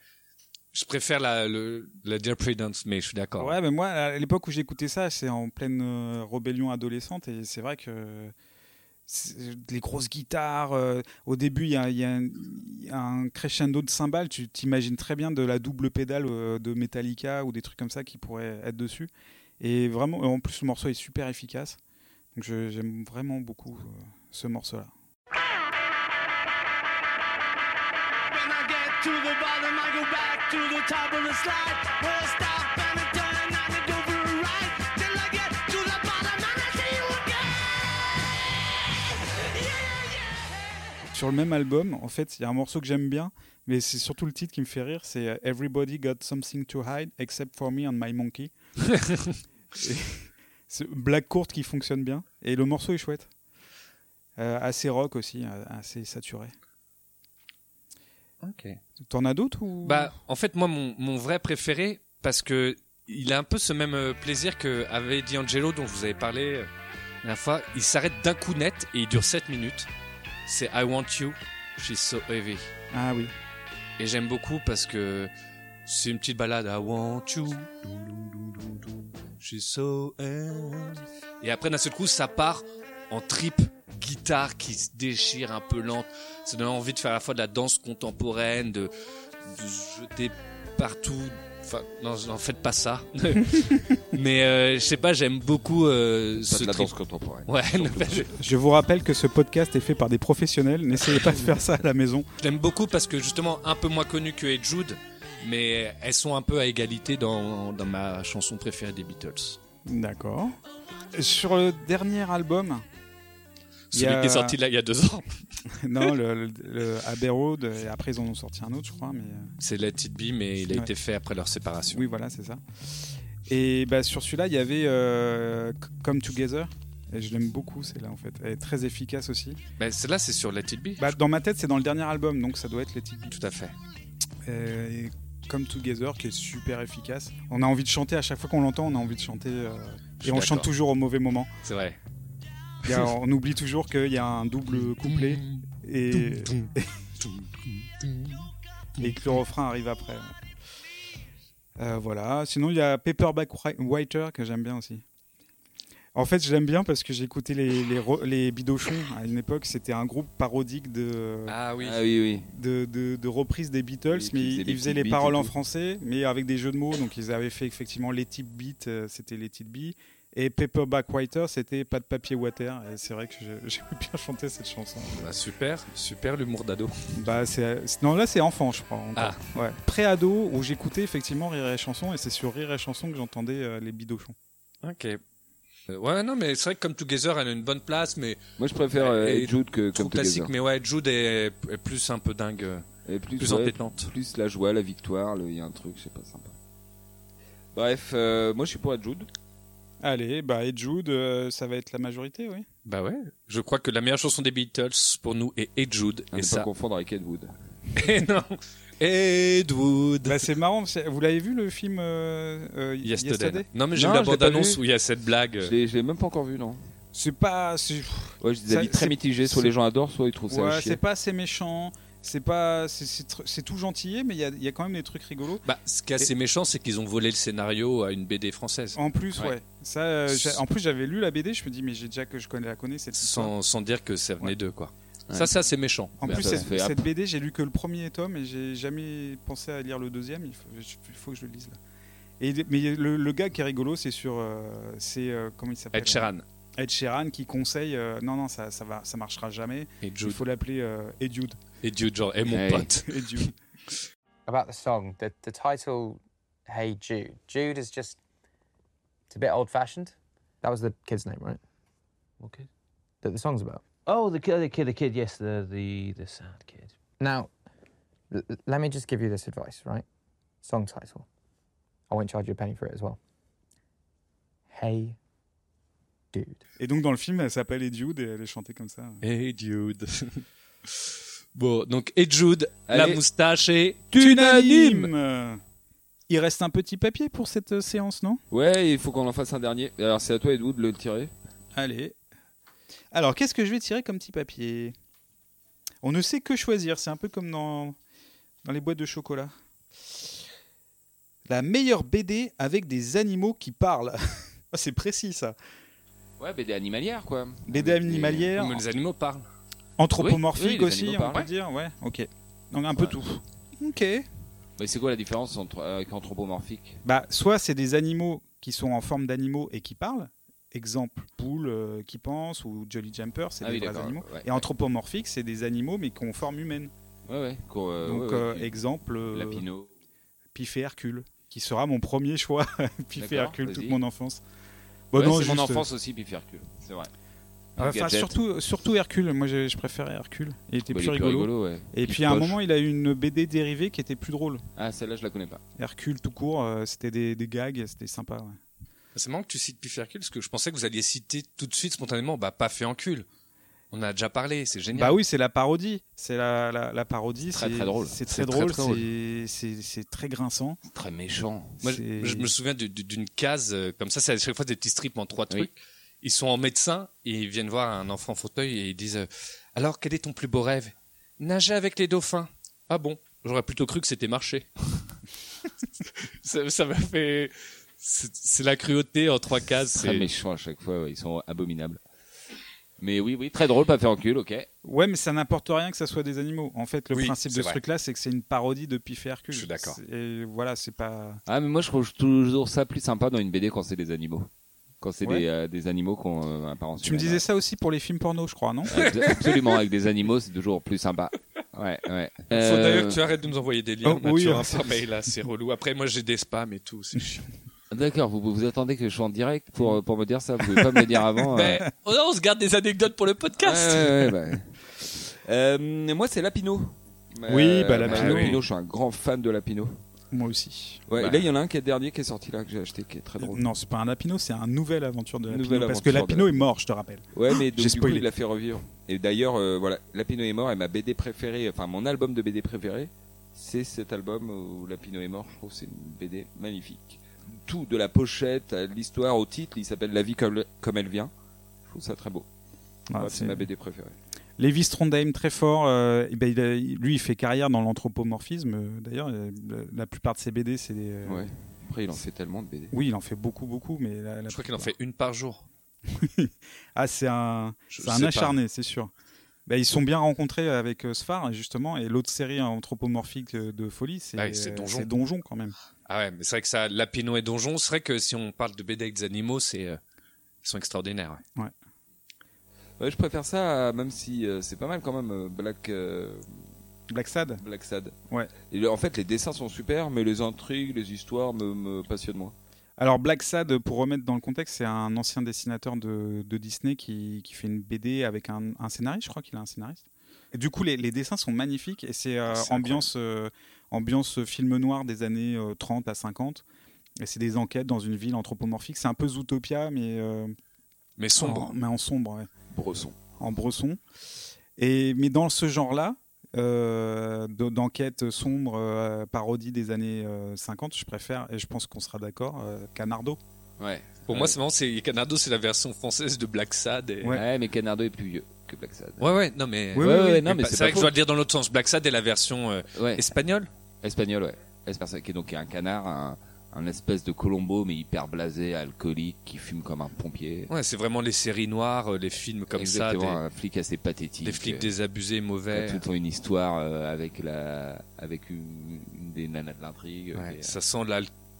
D: je préfère la, le, la Dear Prudence, mais je suis d'accord.
A: Ouais, mais moi, à l'époque où j'écoutais ça, c'est en pleine euh, rébellion adolescente et c'est vrai que c'est- les grosses guitares, euh, au début, il y a, il y a un- il y a un crescendo de cymbales, tu t'imagines très bien de la double pédale euh, de Metallica ou des trucs comme ça qui pourraient être dessus. Et vraiment, en plus, le morceau est super efficace. Donc je- j'aime vraiment beaucoup euh, ce morceau-là. Sur le même album, en fait, il y a un morceau que j'aime bien, mais c'est surtout le titre qui me fait rire, c'est euh, Everybody Got Something to Hide Except for Me and My Monkey. Et c'est une blague courte qui fonctionne bien, et le morceau est chouette. Euh, assez rock aussi, euh, assez saturé.
D: Ok.
A: T'en as d'autres ou...
D: Bah, en fait, moi, mon, mon vrai préféré, parce que il a un peu ce même euh, plaisir que avait dit Angelo, dont je vous avais parlé euh, la dernière fois. Il s'arrête d'un coup net et il dure 7 minutes. C'est I Want You, She's So Heavy.
A: Ah oui.
D: Et j'aime beaucoup parce que c'est une petite balade I Want You, She's So Heavy. Et après, d'un seul coup, ça part en trip guitare qui se déchire un peu lente. Ça donne envie de faire à la fois de la danse contemporaine, de, de se jeter partout. Enfin, non, n'en faites pas ça. Mais euh, je sais pas, j'aime beaucoup euh,
E: Ça
D: ce
E: de la
D: trip.
E: danse contemporaine.
D: Ouais,
A: Je vous rappelle que ce podcast est fait par des professionnels, n'essayez pas de faire ça à la maison.
D: Je l'aime beaucoup parce que justement un peu moins connu que Ed Jude, mais elles sont un peu à égalité dans, dans ma chanson préférée des Beatles.
A: D'accord. Sur le dernier album, Il y
D: Celui
A: a-
D: qui est sorti là il y a deux ans.
A: non, le, le- le Abbey Road, et après ils en ont sorti un autre, je crois, mais. euh,
D: C'est Let It Be, mais il a
A: Ouais.
D: été fait après leur séparation.
A: Oui, voilà, c'est ça. Et bah, sur celui-là, il y avait euh, C- Come Together. Et je l'aime beaucoup, celle-là, en fait. Elle est très efficace aussi.
D: Mais celle-là, c'est sur Let It Be.
A: Bah, dans ma tête, c'est dans le dernier album, donc ça doit être les types.
D: Tout à fait.
A: Et euh, Come Together, qui est super efficace. On a envie de chanter, à chaque fois qu'on l'entend, on a envie de chanter. euh,
D: Je suis
A: et on
D: d'accord.
A: chante toujours au mauvais moment.
D: C'est vrai.
A: Il y a- on oublie toujours qu'il y a un double couplet et, et que le refrain arrive après. Euh, voilà. Sinon, il y a Paperback Wri- Writer que j'aime bien aussi. En fait, j'aime bien parce que j'ai écouté les, les, ro- les Bidochons à une époque. C'était un groupe parodique de, euh,
D: Ah oui.
E: Ah oui, oui.
A: de, de, de reprises des Beatles,
E: Oui,
A: mais
E: qui faisaient
A: ils,
E: des
A: faisaient
E: petites
A: les
E: bites
A: paroles
E: et
A: en
E: tout.
A: français, mais avec des jeux de mots. Donc ils avaient fait effectivement les types beats, euh, c'était les types beats. Et Paperback Writer, c'était pas de papier water. Et c'est vrai que je- j'ai bien chanté cette chanson.
D: Bah, super, super l'humour d'ado.
A: Bah, c'est, c'est- non, là c'est enfant, je crois. encore. Ouais. Pré-ado, où j'écoutais effectivement Rire et Chanson, et c'est sur Rire et Chanson que j'entendais euh, les bidochons.
D: Ok. Euh, ouais, non, mais c'est vrai que Come Together, elle a une bonne place, mais
E: Moi, je préfère euh,
D: Et-
E: Ed Jude que
D: trop
E: comme
D: classique.
E: Together.
D: Mais ouais, Jude est, est plus un peu dingue, euh,
E: Et plus,
D: plus
E: ouais,
D: entêtante.
E: plus la joie, la victoire, le- il y a un truc, je sais pas, sympa. Bref, euh, moi, je suis pour Ed Jude.
A: Allez, bah, et Jude, euh, ça va être la majorité, oui.
D: Bah ouais. Je crois que la meilleure chanson des Beatles pour nous est Ed Jude. et
E: À ne pas
D: ça. Euh.
E: confondre avec Ed Wood.
D: Et non. Ed Wood.
A: Bah, c'est marrant, c'est- vous l'avez vu le film euh, euh,
D: Yesterday.
A: Yesterday
D: Non, mais j'ai
E: Non,
D: vu la
E: je l'ai pas
D: bande-annonce
E: vu.
D: où il y a cette blague.
E: Je l'ai je l'ai même pas encore vu, non
A: C'est pas. c'est-
E: Ouais, j'ai des
A: Ça,
E: avis très
A: c'est-
E: mitigés. Soit les gens adorent, soit ils trouvent ça à
A: Ouais, c'est
E: chier.
A: pas assez méchant, c'est pas, c'est- c'est tr- c'est tout gentillé, mais il y a, il y a quand même des trucs rigolos.
D: Bah, ce qui est assez méchant, c'est qu'ils ont volé le scénario à une BD française.
A: En plus, ouais.
D: Ouais.
A: Ça, euh, j'ai- en plus, j'avais lu la BD, je me dis, mais j'ai déjà que je connais la connais cette histoire.
D: Sans, sans dire que ça venait
A: Ouais.
D: d'eux, quoi.
E: Ouais.
D: Ça, ça, c'est méchant.
A: En
D: Mais
A: plus,
E: ça
A: cette,
E: fait
A: cette BD, j'ai lu que le premier tome et j'ai jamais pensé à lire le deuxième. Il faut, je- il faut que je le lise là. Et, mais le, le gars qui est rigolo, c'est sur, euh, c'est euh, comment il s'appelle
D: Ed Sheeran.
A: Ed Sheeran qui conseille, euh, non non, ça, ça va, ça marchera jamais.
D: Et
A: Il
D: Jude.
A: faut l'appeler euh, Ed Jude.
D: Et Jude, genre, et mon
E: Ouais.
D: pote.
A: Ed Jude.
J: about the song, the, the title, Hey Jude. Jude is just, it's a bit old fashioned. That was the kid's name, right? What kid? That the song's about. Oh, the kid, the kid, the kid, yes, the, the, the sad kid. Now, l- l- let me just give you this advice, right? Song title. I won't charge you a penny for it as well. Hey Dude.
A: Et donc dans le film, elle s'appelle Ed Jude et elle est chantée comme ça.
D: Et Jude. bon, donc, et Jude, la
E: Allez.
D: moustache est unanime.
A: Unanime Il reste un petit papier pour cette euh, séance, non
E: Ouais, il faut qu'on en fasse un dernier. Alors, c'est à toi, Ed Wood, de le tirer.
A: Allez. Alors, qu'est-ce que je vais tirer comme petit papier On ne sait que choisir, c'est un peu comme dans, dans les boîtes de chocolat. La meilleure BD avec des animaux qui parlent. Ah, c'est précis ça.
E: Ouais, BD animalière, quoi.
A: BD
E: Avec des-
A: animalière,
D: Mais les animaux parlent.
A: anthropomorphique
E: Oui, oui, les
A: aussi,
E: animaux
A: on peut
E: parlent.
A: dire. Ouais, ok. Donc un peu
E: Ouais.
A: tout. Ok.
E: Mais c'est quoi la différence entre, euh, avec anthropomorphique
A: Bah, soit c'est des animaux qui sont en forme d'animaux et qui parlent. Exemple, poule euh, qui pense ou Jolly Jumper, c'est
E: Ah
A: des
E: oui,
A: vrais
E: d'accord,
A: animaux.
E: ouais,
A: et
E: ouais.
A: anthropomorphique, c'est des animaux mais qui ont forme humaine.
E: Ouais, ouais. qu'on, euh,
A: Donc,
E: ouais, ouais,
A: euh,
E: du-
A: exemple, euh,
E: la Pinot.
A: Piffé Hercule, qui sera mon premier choix. Piffé
E: D'accord,
A: Hercule, toute
E: vas-y.
A: mon enfance. Bon,
E: Ouais,
A: Bah non,
E: c'est mon
A: juste,
E: enfance aussi, Pifercule. C'est vrai.
A: euh, enfin,
E: Gadget.
A: surtout, surtout Hercule, moi je, je préférais Hercule, il était
E: Bah,
A: plus
E: il est
A: rigolo.
E: ouais.
A: Et
E: Pif
A: puis à un
E: Poche.
A: moment, il a eu une BD dérivée qui était plus drôle.
E: Ah, celle-là, je la connais pas.
A: Hercule tout court, euh, c'était des, des gags, c'était sympa. ouais.
D: C'est marrant que tu cites Pifercule, parce que je pensais que vous alliez citer tout de suite spontanément, bah, pas fait en cul. On en a déjà parlé, c'est génial.
A: Bah oui, c'est la parodie. C'est la, la, la parodie.
E: Très,
A: c'est-
E: très drôle.
A: C'est très
E: C'est très,
A: drôle.
E: très drôle.
A: c'est- C'est c'est très grinçant.
E: C'est Très méchant.
D: Moi,
A: C'est-
D: je, je me souviens du- du- d'une case euh, comme ça, c'est à chaque fois des petits strips en trois
E: Oui.
D: trucs. Ils sont en médecin et ils viennent voir un enfant en fauteuil et ils disent euh, Alors, quel est ton plus beau rêve Nager avec les dauphins. Ah bon J'aurais plutôt cru que c'était marcher. ça ça m'a fait. C'est c'est la cruauté en trois cases.
E: Très
D: c'est-
E: méchant à chaque fois, ouais, ils sont abominables. Mais oui, oui, très drôle, pas fait en cul, ok.
A: Ouais, mais ça n'apporte rien que ça soit des animaux. En fait, le
D: Oui,
A: principe
D: c'est
A: de ce
D: vrai.
A: truc-là, c'est que c'est une parodie de Piff et Hercule.
D: Je suis d'accord.
A: C'est- Et voilà, c'est pas.
E: Ah, mais moi je trouve toujours ça plus sympa dans une BD quand c'est des animaux. Quand c'est
A: Ouais.
E: des, euh, des animaux qui ont euh, apparence
A: Tu me
E: humaine.
A: disais ça aussi pour les films porno, je crois, non
E: Abs- Absolument, avec des animaux, c'est toujours plus sympa. Ouais, ouais.
D: Faut
E: Euh,
D: d'ailleurs que tu arrêtes de nous envoyer des liens
A: oh, oui,
D: naturels
A: hein,
D: par mail, là, c'est relou. Après, moi, j'ai des spams et tout, c'est chiant.
E: D'accord, vous, vous vous attendez que je sois en direct pour, euh, pour me dire ça, vous pouvez pas me le dire avant. euh.
D: Mais oh non, on se garde des anecdotes pour le podcast.
E: Ouais, ouais, ouais, bah. Euh, moi c'est Lapino. Euh,
A: Oui, bah,
D: Lapino.
E: je suis un grand fan de Lapino.
A: Moi aussi.
E: Ouais,
D: Bah.
E: et là il y en a un qui est dernier qui est sorti là que j'ai acheté qui est très
D: Euh,
E: drôle.
A: Non, c'est pas un Lapino, c'est un nouvel aventure de Lapino.
E: Nouvelle
A: parce
E: aventure
A: que
E: de
A: Lapino est mort, je te rappelle.
E: Ouais, mais donc,
A: J'ai
E: du coup,
A: spoilé.
E: il l'a fait revivre. Et d'ailleurs, euh, voilà, Lapino est mort et ma BD préférée, enfin mon album de BD préféré, c'est cet album où Lapino est mort. Je trouve que c'est une BD magnifique. Tout de la pochette, à l'histoire, au titre, il s'appelle La vie comme, comme elle vient. Je trouve ça très beau.
A: Ah,
E: Ouais,
A: c'est-
E: c'est ma BD préférée.
A: Lévi Strondheim, très fort. euh, eh ben, il a- lui, il fait carrière dans l'anthropomorphisme. euh, D'ailleurs, euh, la plupart de ses BD, c'est des. euh,
E: Ouais. Après, il en fait tellement de BD.
A: Oui, il en fait beaucoup, beaucoup, mais la- la
D: Je crois qu'il en
A: plupart.
D: fait une par jour.
A: Ah, c'est un,
D: Je
A: c'est un
D: sais pas.
A: acharné, c'est sûr. Bah, ils se sont bien rencontrés avec euh, Sfar, justement, et l'autre série anthropomorphique euh, de folie, c'est
D: Bah oui, c'est
A: euh,
D: Donjon.
A: c'est Donjon, quand même.
D: Ah ouais, mais c'est vrai que ça, Lapino et Donjon, c'est vrai que si on parle de BD avec des animaux, c'est, euh, ils sont extraordinaires. ouais.
E: Ouais, je préfère ça, euh, même si euh, c'est pas mal quand même, euh, Black, euh,
A: Black Sad
E: Black Sad.
A: Ouais.
E: Et le- en fait, les dessins sont super, mais les intrigues, les histoires me, me passionnent moins.
A: Alors Black Sad, pour remettre dans le contexte, c'est un ancien dessinateur de, de Disney qui, qui fait une BD avec un, un scénariste, je crois qu'il a un scénariste. Et du coup, les, les dessins sont magnifiques et c'est euh,
D: Ah, C'est
A: ambiance, euh, ambiance film noir des années euh, 30 à 50. Et c'est des enquêtes dans une ville anthropomorphique. C'est un peu Zootopia, mais, euh,
D: Mais sombre.
E: Oh.
A: en- mais en sombre, ouais.
E: Bresson.
A: en bresson. Et, mais dans ce genre-là, euh, de- d'enquête sombre, euh, parodie des années euh, 50, je préfère, et je pense qu'on sera d'accord, euh, Canardo.
E: Ouais.
D: Pour moi, c'est marrant, c'est Canardo, c'est la version française de Black Sad. Et...
A: Ouais.
E: Ouais. mais Canardo est plus vieux que Black Sad.
D: Ouais, ouais, non, mais.
A: Oui,
E: ouais,
A: oui,
E: ouais,
A: oui.
E: non, mais
D: c'est
E: c'est
D: vrai
E: pas
D: que je
E: faux.
D: dois le dire dans l'autre sens. Black Sad est la version euh,
E: Ouais.
D: espagnole.
E: Espagnol, ouais. Espagnol, qui est donc un canard, un, un espèce de Colombo, mais hyper blasé, alcoolique, qui fume comme un pompier.
D: Ouais, c'est vraiment les séries noires, euh, les films comme
E: Exactement,
D: ça,
E: un flic
D: des,
E: assez pathétique. euh,
D: des flics désabusés,
E: qui a
D: mauvais.
E: tout le temps une histoire euh, avec la, avec une, une des nanas de l'intrigue.
D: Ouais,
E: et, euh,
D: Ça sent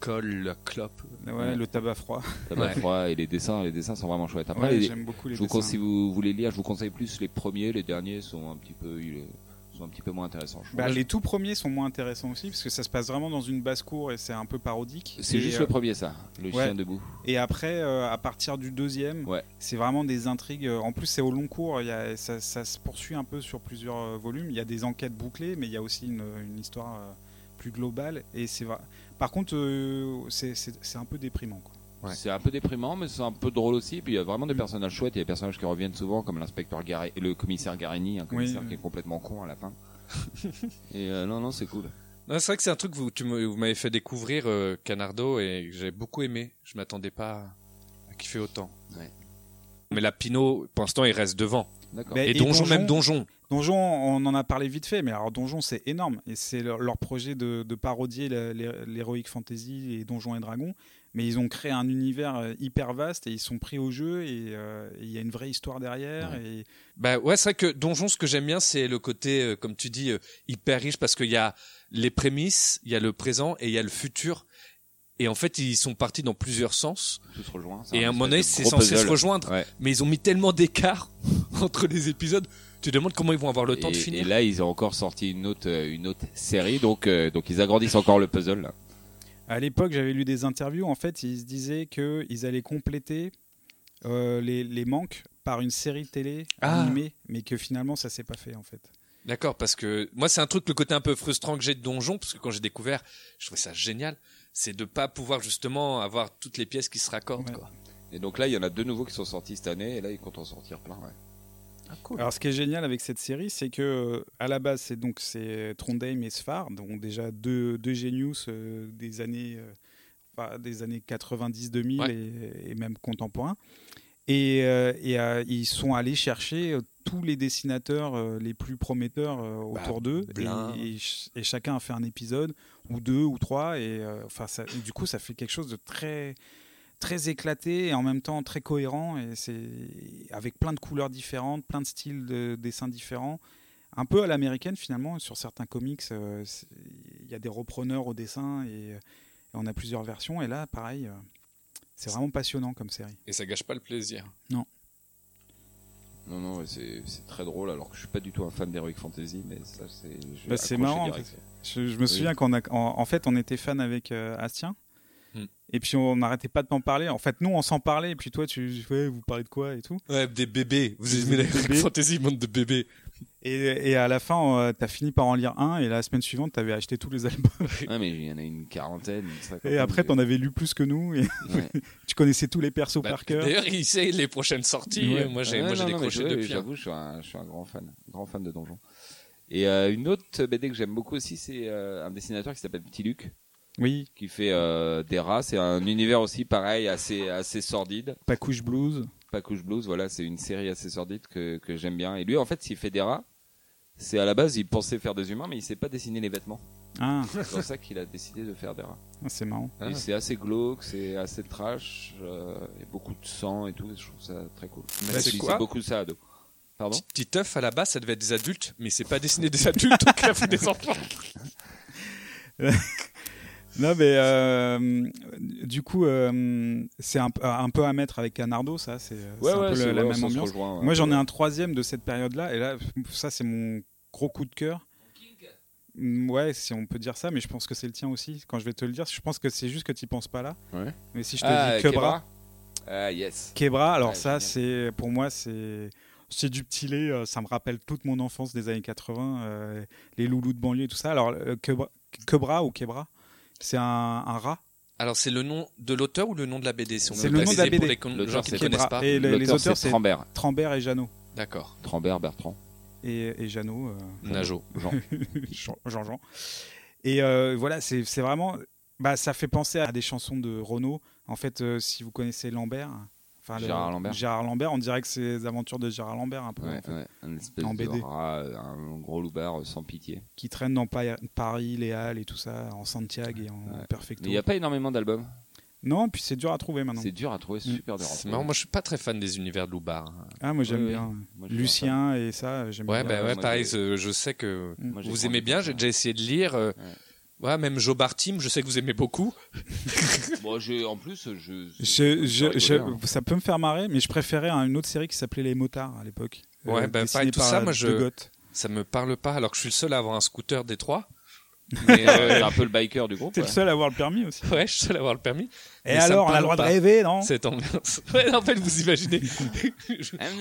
D: l'alcool, la clope.
A: Ouais,
E: Ouais.
A: Le tabac froid.
E: ça va
D: Ouais.
E: froid, et les dessins, les dessins sont vraiment chouettes. Après,
A: Ouais,
E: les-
A: J'aime beaucoup les
E: je vous
A: dessins.
E: conseille, si vous voulez lire, je vous conseille plus les premiers, les derniers sont un petit peu, ils, euh, sont un petit peu moins intéressants. je
A: Bah,
E: trouve.
A: les tout premiers sont moins intéressants aussi, parce que ça se passe vraiment dans une basse-cour et c'est un peu parodique.
E: C'est
A: Et,
E: juste
A: euh,
E: le premier, ça, le
A: ouais.
E: chien debout.
A: Et après, euh, à partir du deuxième,
E: Ouais.
A: c'est vraiment des intrigues. euh, En plus, c'est au long cours. il y a- ça, ça se poursuit un peu sur plusieurs euh, volumes. Il y a des enquêtes bouclées, mais il y a aussi une, une histoire euh, plus globale. Et c'est vrai. Par contre, euh, c'est- c'est c'est un peu déprimant. quoi.
D: Ouais.
E: C'est un peu déprimant, mais c'est un peu drôle aussi. Et puis il y a vraiment des personnages chouettes. Il y a des personnages qui reviennent souvent, comme l'inspecteur Garé, le commissaire Garini, un commissaire
A: Oui,
E: qui
A: oui.
E: est complètement con à la fin. et euh, non, non, c'est cool.
D: Non, c'est vrai que c'est un truc que vous, tu me- vous m'avez fait découvrir euh, Canardo et que j'ai beaucoup aimé. Je m'attendais pas à kiffer autant.
E: Ouais.
D: Mais la Pino, pour l'instant, il reste devant.
E: D'accord.
A: Mais-
D: Et,
A: Et
D: donjon,
A: Donjon-
D: même donjon.
A: Donjon, on en a parlé vite fait, mais alors Donjon, c'est énorme. Et c'est leur, leur projet de, de parodier la- l'hé- l'heroic fantasy et Donjons et Dragons. Mais ils ont créé un univers euh, hyper vaste et ils sont pris au jeu. Et euh, et il y a une vraie histoire derrière. Et
D: Bah ouais, c'est vrai que Donjon, ce que j'aime bien, c'est le côté, euh, comme tu dis, euh, hyper riche parce qu'il y a les prémices, il y a le présent et il y a le futur. Et en fait, ils sont partis dans plusieurs sens.
E: Tout se rejoint.
D: et à un moment donné, c'est
E: sans
D: censé se rejoindre.
E: Ouais.
D: Mais ils ont mis tellement d'écart entre les épisodes. Tu te demandes comment ils vont avoir le temps
E: et,
D: de finir.
E: et là, ils ont encore sorti une autre, euh, une autre série, donc, euh, donc ils agrandissent encore le puzzle. Là.
A: À l'époque, j'avais lu des interviews. En fait, ils se disaient qu'ils allaient compléter euh, les, les manques par une série télé
D: Ah.
A: animée, mais que finalement, ça s'est pas fait en fait.
D: D'accord, parce que moi, c'est un truc, le côté un peu frustrant que j'ai de Donjon, parce que quand j'ai découvert, je trouvais ça génial, c'est de pas pouvoir justement avoir toutes les pièces qui se raccordent.
A: Ouais.
D: Quoi.
E: Et donc là, il y en a deux nouveaux qui sont sortis cette année, et là, ils comptent en sortir plein. Ouais.
A: Alors, ce qui est génial avec cette série, c'est que euh, à la base, c'est donc c'est Trondheim et Sfar, donc déjà deux, deux génius euh, des années euh, enfin, des années 90, 2000
D: Ouais.
A: et, et même contemporains. Et, euh, et, euh, ils sont allés chercher euh, tous les dessinateurs euh, les plus prometteurs euh,
D: Bah,
A: autour d'eux. Et-
D: Blin.
A: Et, ch- et chacun a fait un épisode, ou deux, ou trois. Et, euh, enfin, ça- et du coup, ça fait quelque chose de très, très éclaté et en même temps très cohérent. Et c'est avec plein de couleurs différentes, plein de styles de dessins différents. Un peu à l'américaine, finalement, sur certains comics, euh, c'est- il y a des repreneurs au dessin et, euh, et on a plusieurs versions. Et là, pareil, euh, c'est vraiment passionnant comme série.
D: Et ça gâche pas le plaisir.
E: Non, non, ouais, c'est c'est très drôle, alors que je suis pas du tout un fan d'Heroic Fantasy, mais ça, c'est. je vais
A: Bah, c'est
E: accrocher
A: marrant,
E: direct.
A: Je, je me souviens qu'on a, en, en fait, on était fan avec euh, Astien.
D: Hmm.
A: Et puis on n'arrêtait pas de t'en parler. En fait, nous, on s'en parlait. Et puis toi, tu tu fais, Ouais, vous parlez de quoi et tout.
D: Ouais, des bébés. Vous aimez la
A: Des bébés.
D: fantasy, monde de bébés.
A: Et, et à la fin, euh, t'as fini par en lire un. Et la semaine suivante, t'avais acheté tous les albums.
E: Ouais, Ah, mais il y en a une quarantaine. une cinquantaine,
A: Et après,
E: mais-
A: t'en avais lu plus que nous. Et
E: Ouais.
A: tu connaissais tous les persos
D: Bah,
A: par cœur.
D: D'ailleurs, il sait les prochaines sorties.
A: euh. Ouais.
D: Moi, j'ai
E: Ah ouais,
D: moi, j'ai
E: non, non, mais
D: décroché
E: je- ouais,
D: depuis. hein.
E: J'avoue, je suis, un, je suis un grand fan, grand fan de Donjon. Et euh, une autre BD que j'aime beaucoup aussi, c'est euh, un dessinateur qui s'appelle Petit Luc,
A: Oui,
E: qui fait euh, des rats. C'est un univers aussi pareil, assez, assez sordide.
A: Pacouche Blues.
E: Pacouche Blues, voilà, c'est une série assez sordide que, que j'aime bien. Et lui, en fait, s'il fait des rats, c'est à la base, il pensait faire des humains, mais il sait pas dessiner les vêtements.
A: Ah.
E: C'est pour ça qu'il a décidé de faire des rats.
A: Ah, c'est marrant.
E: Et
A: Ah.
E: c'est assez glauque, c'est assez trash, euh, et beaucoup de sang et tout, et je trouve ça très cool.
D: Mais
E: Parce
D: Bah, c'est
E: qu'il
D: quoi
E: sait beaucoup ça, ado. Pardon
D: Petit teuf à la base, ça devait être des adultes, mais c'est pas dessiné des adultes, donc il a fait des enfants.
A: Non, mais euh, du coup, euh, c'est un, un peu à mettre avec Canardo, ça. C'est c'est
E: Ouais,
A: un
E: ouais,
A: peu le-
E: c'est-
A: la
E: ouais,
A: même
E: ça se
A: ambiance.
E: rejoint, ouais.
A: Moi, j'en ai un troisième de cette période-là, et là, ça, c'est mon gros coup de cœur. Mm, Ouais, si on peut dire ça, mais je pense que c'est le tien aussi. Quand je vais te le dire, je pense que c'est juste que tu penses pas là.
E: Ouais.
A: Mais si je te
E: Ah,
A: dis Quebra,
E: Quebra Ah, yes.
A: Quebra, alors
E: Ouais,
A: ça, c'est pour moi, c'est c'est du petit lait. euh, ça me rappelle toute mon enfance des années 80, euh, les loulous de banlieue et tout ça. Alors, euh, Quebra, Quebra ou Quebra, c'est un, un rat.
D: Alors, c'est le nom de l'auteur ou le nom de la BD si on
A: C'est
D: veut
A: le nom de la
D: préciser
A: BD.
D: pour les con- gens qui ne connaissent pas.
A: Et le- les auteurs, c'est
E: Trambert.
A: Trambert et Jeannot.
D: D'accord.
E: Trambert, Bertrand.
A: Et, et Jeannot. euh,
D: Najo.
E: Jean.
A: Jean- Jean-Jean. Et euh, voilà, c'est c'est vraiment. Bah, ça fait penser à des chansons de Renaud. En fait, euh, si vous connaissez Lambert. Enfin, le-
E: Gérard Lambert.
A: Gérard Lambert, on dirait que c'est les aventures de Gérard Lambert un peu.
E: Ouais,
A: en fait,
E: ouais, un espèce
A: En
E: de
A: BD.
E: rat, euh, un gros loupard euh, sans pitié.
A: Qui traîne dans Pa- Paris, les Halles et tout ça, en Santiago et en Perfecto.
E: Mais il n'y a pas énormément d'albums.
A: Non, puis c'est dur à trouver maintenant.
E: C'est dur à trouver,
A: Mm.
E: super dur à
D: C'est
E: trouver.
D: marrant, moi je suis pas très fan des univers de Loubar. hein.
A: Ah, moi j'aime
E: Oui, oui.
A: bien.
E: Moi, je suis
A: Lucien et ça, j'aime
D: Ouais,
A: bien.
D: bah, ouais
E: moi,
D: pareil, je,
E: j'ai-
D: je sais que
E: Moi, j'ai
D: vous
E: grandi
D: aimez bien,
E: comme
D: j'ai
E: ça.
D: déjà essayé de lire. euh, ouais, même Joe Bartim, je sais que vous aimez beaucoup.
E: Moi, j'ai- en plus, je.
A: Je- je-
E: rigolé,
A: je-
E: hein.
A: ça peut me faire marrer, mais je préférais hein, une autre série qui s'appelait Les Motards à l'époque.
D: Ouais, bah,
A: dessinée
D: pareil, tout
A: par
D: ça, moi,
A: De
D: je-
A: Goth.
D: Ça me parle pas, alors que je suis le seul à avoir un scooter des trois.
E: Mais, euh, t'es un peu le biker du groupe.
A: T'es
E: ouais.
A: le seul à avoir le permis aussi.
D: Ouais, je suis le seul à avoir le permis.
A: Et
D: Oh, bah. Mais ça
A: alors,
D: me
A: on a
D: parle
A: le droit de
D: pas.
A: rêver, non
D: Cette ambiance. Ouais, en fait, vous imaginez.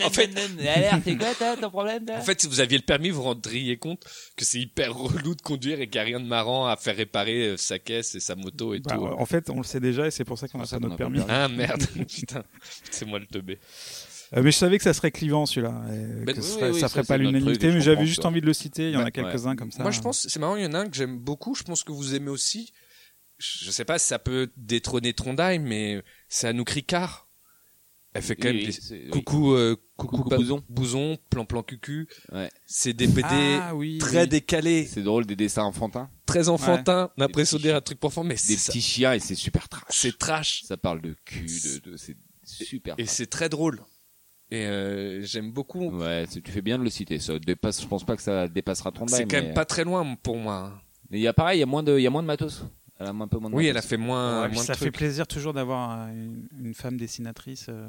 D: en fait,
E: Alors, c'est quoi toi, ton problème là
D: En fait, si vous aviez le permis, vous vous rendriez compte que c'est hyper relou de conduire et qu'il n'y a rien de marrant à faire réparer euh, sa caisse et sa moto et
A: Bah,
E: euh,
D: tout.
A: En fait, on le sait déjà et c'est pour ça qu'on a
E: C'est
A: pas
E: pour ça
A: notre
E: qu'on a pas
A: permis.
E: le
D: Ah merde, putain, c'est moi le teubé.
A: Euh, mais je savais que ça serait clivant celui-là. et
D: Ben,
A: que
D: oui,
A: ce serait-
E: oui,
A: ça
E: ça,
A: ferait
E: c'est
A: pas
E: notre truc,
A: l'unanimité,
E: je
A: mais j'avais
E: comprends,
A: juste
E: ça.
A: envie de le citer. Il y en
D: Ouais.
A: a quelques-uns comme ça.
D: Moi, je pense, c'est marrant, il y en a un que j'aime beaucoup. Je pense que vous aimez aussi. Je je sais pas si ça peut détrôner Trondheim, mais c'est Anouk Ricard. Elle fait quand
E: Oui,
D: même
E: oui,
D: des-
E: c'est- oui.
D: Coucou, euh, coucou,
E: Coucou
D: Pa-
E: Bouzon.
D: Bouzon, plan plan cucu.
E: Ouais.
D: C'est des BD
A: Ah oui.
D: très décalés,
E: C'est drôle des dessins enfantins.
D: très enfantins. On a
E: Des
D: l'impression de
E: petits-
D: dire un truc pour enfants, mais c'est
E: Des
D: ça-
E: petits chiens et c'est super trash.
D: c'est trash.
E: Ça parle de cul, de, de- c'est super
D: Et
E: trash.
D: c'est très drôle. Et euh, j'aime beaucoup.
E: Ouais, c'est- tu fais bien de le citer. Ça dépasse, je pense pas que ça dépassera Trondheim.
D: C'est quand
E: mais- euh,
D: même pas très loin pour moi. hein.
E: Mais il y a pareil, il y a moins de, il y a moins de matos. Elle a un peu moins de
D: Oui, elle a
E: matos.
D: fait moins,
A: Ouais,
D: Euh,
A: puis
D: moins
A: ça
D: de
A: fait
D: trucs.
A: plaisir toujours d'avoir euh, une, une femme dessinatrice euh,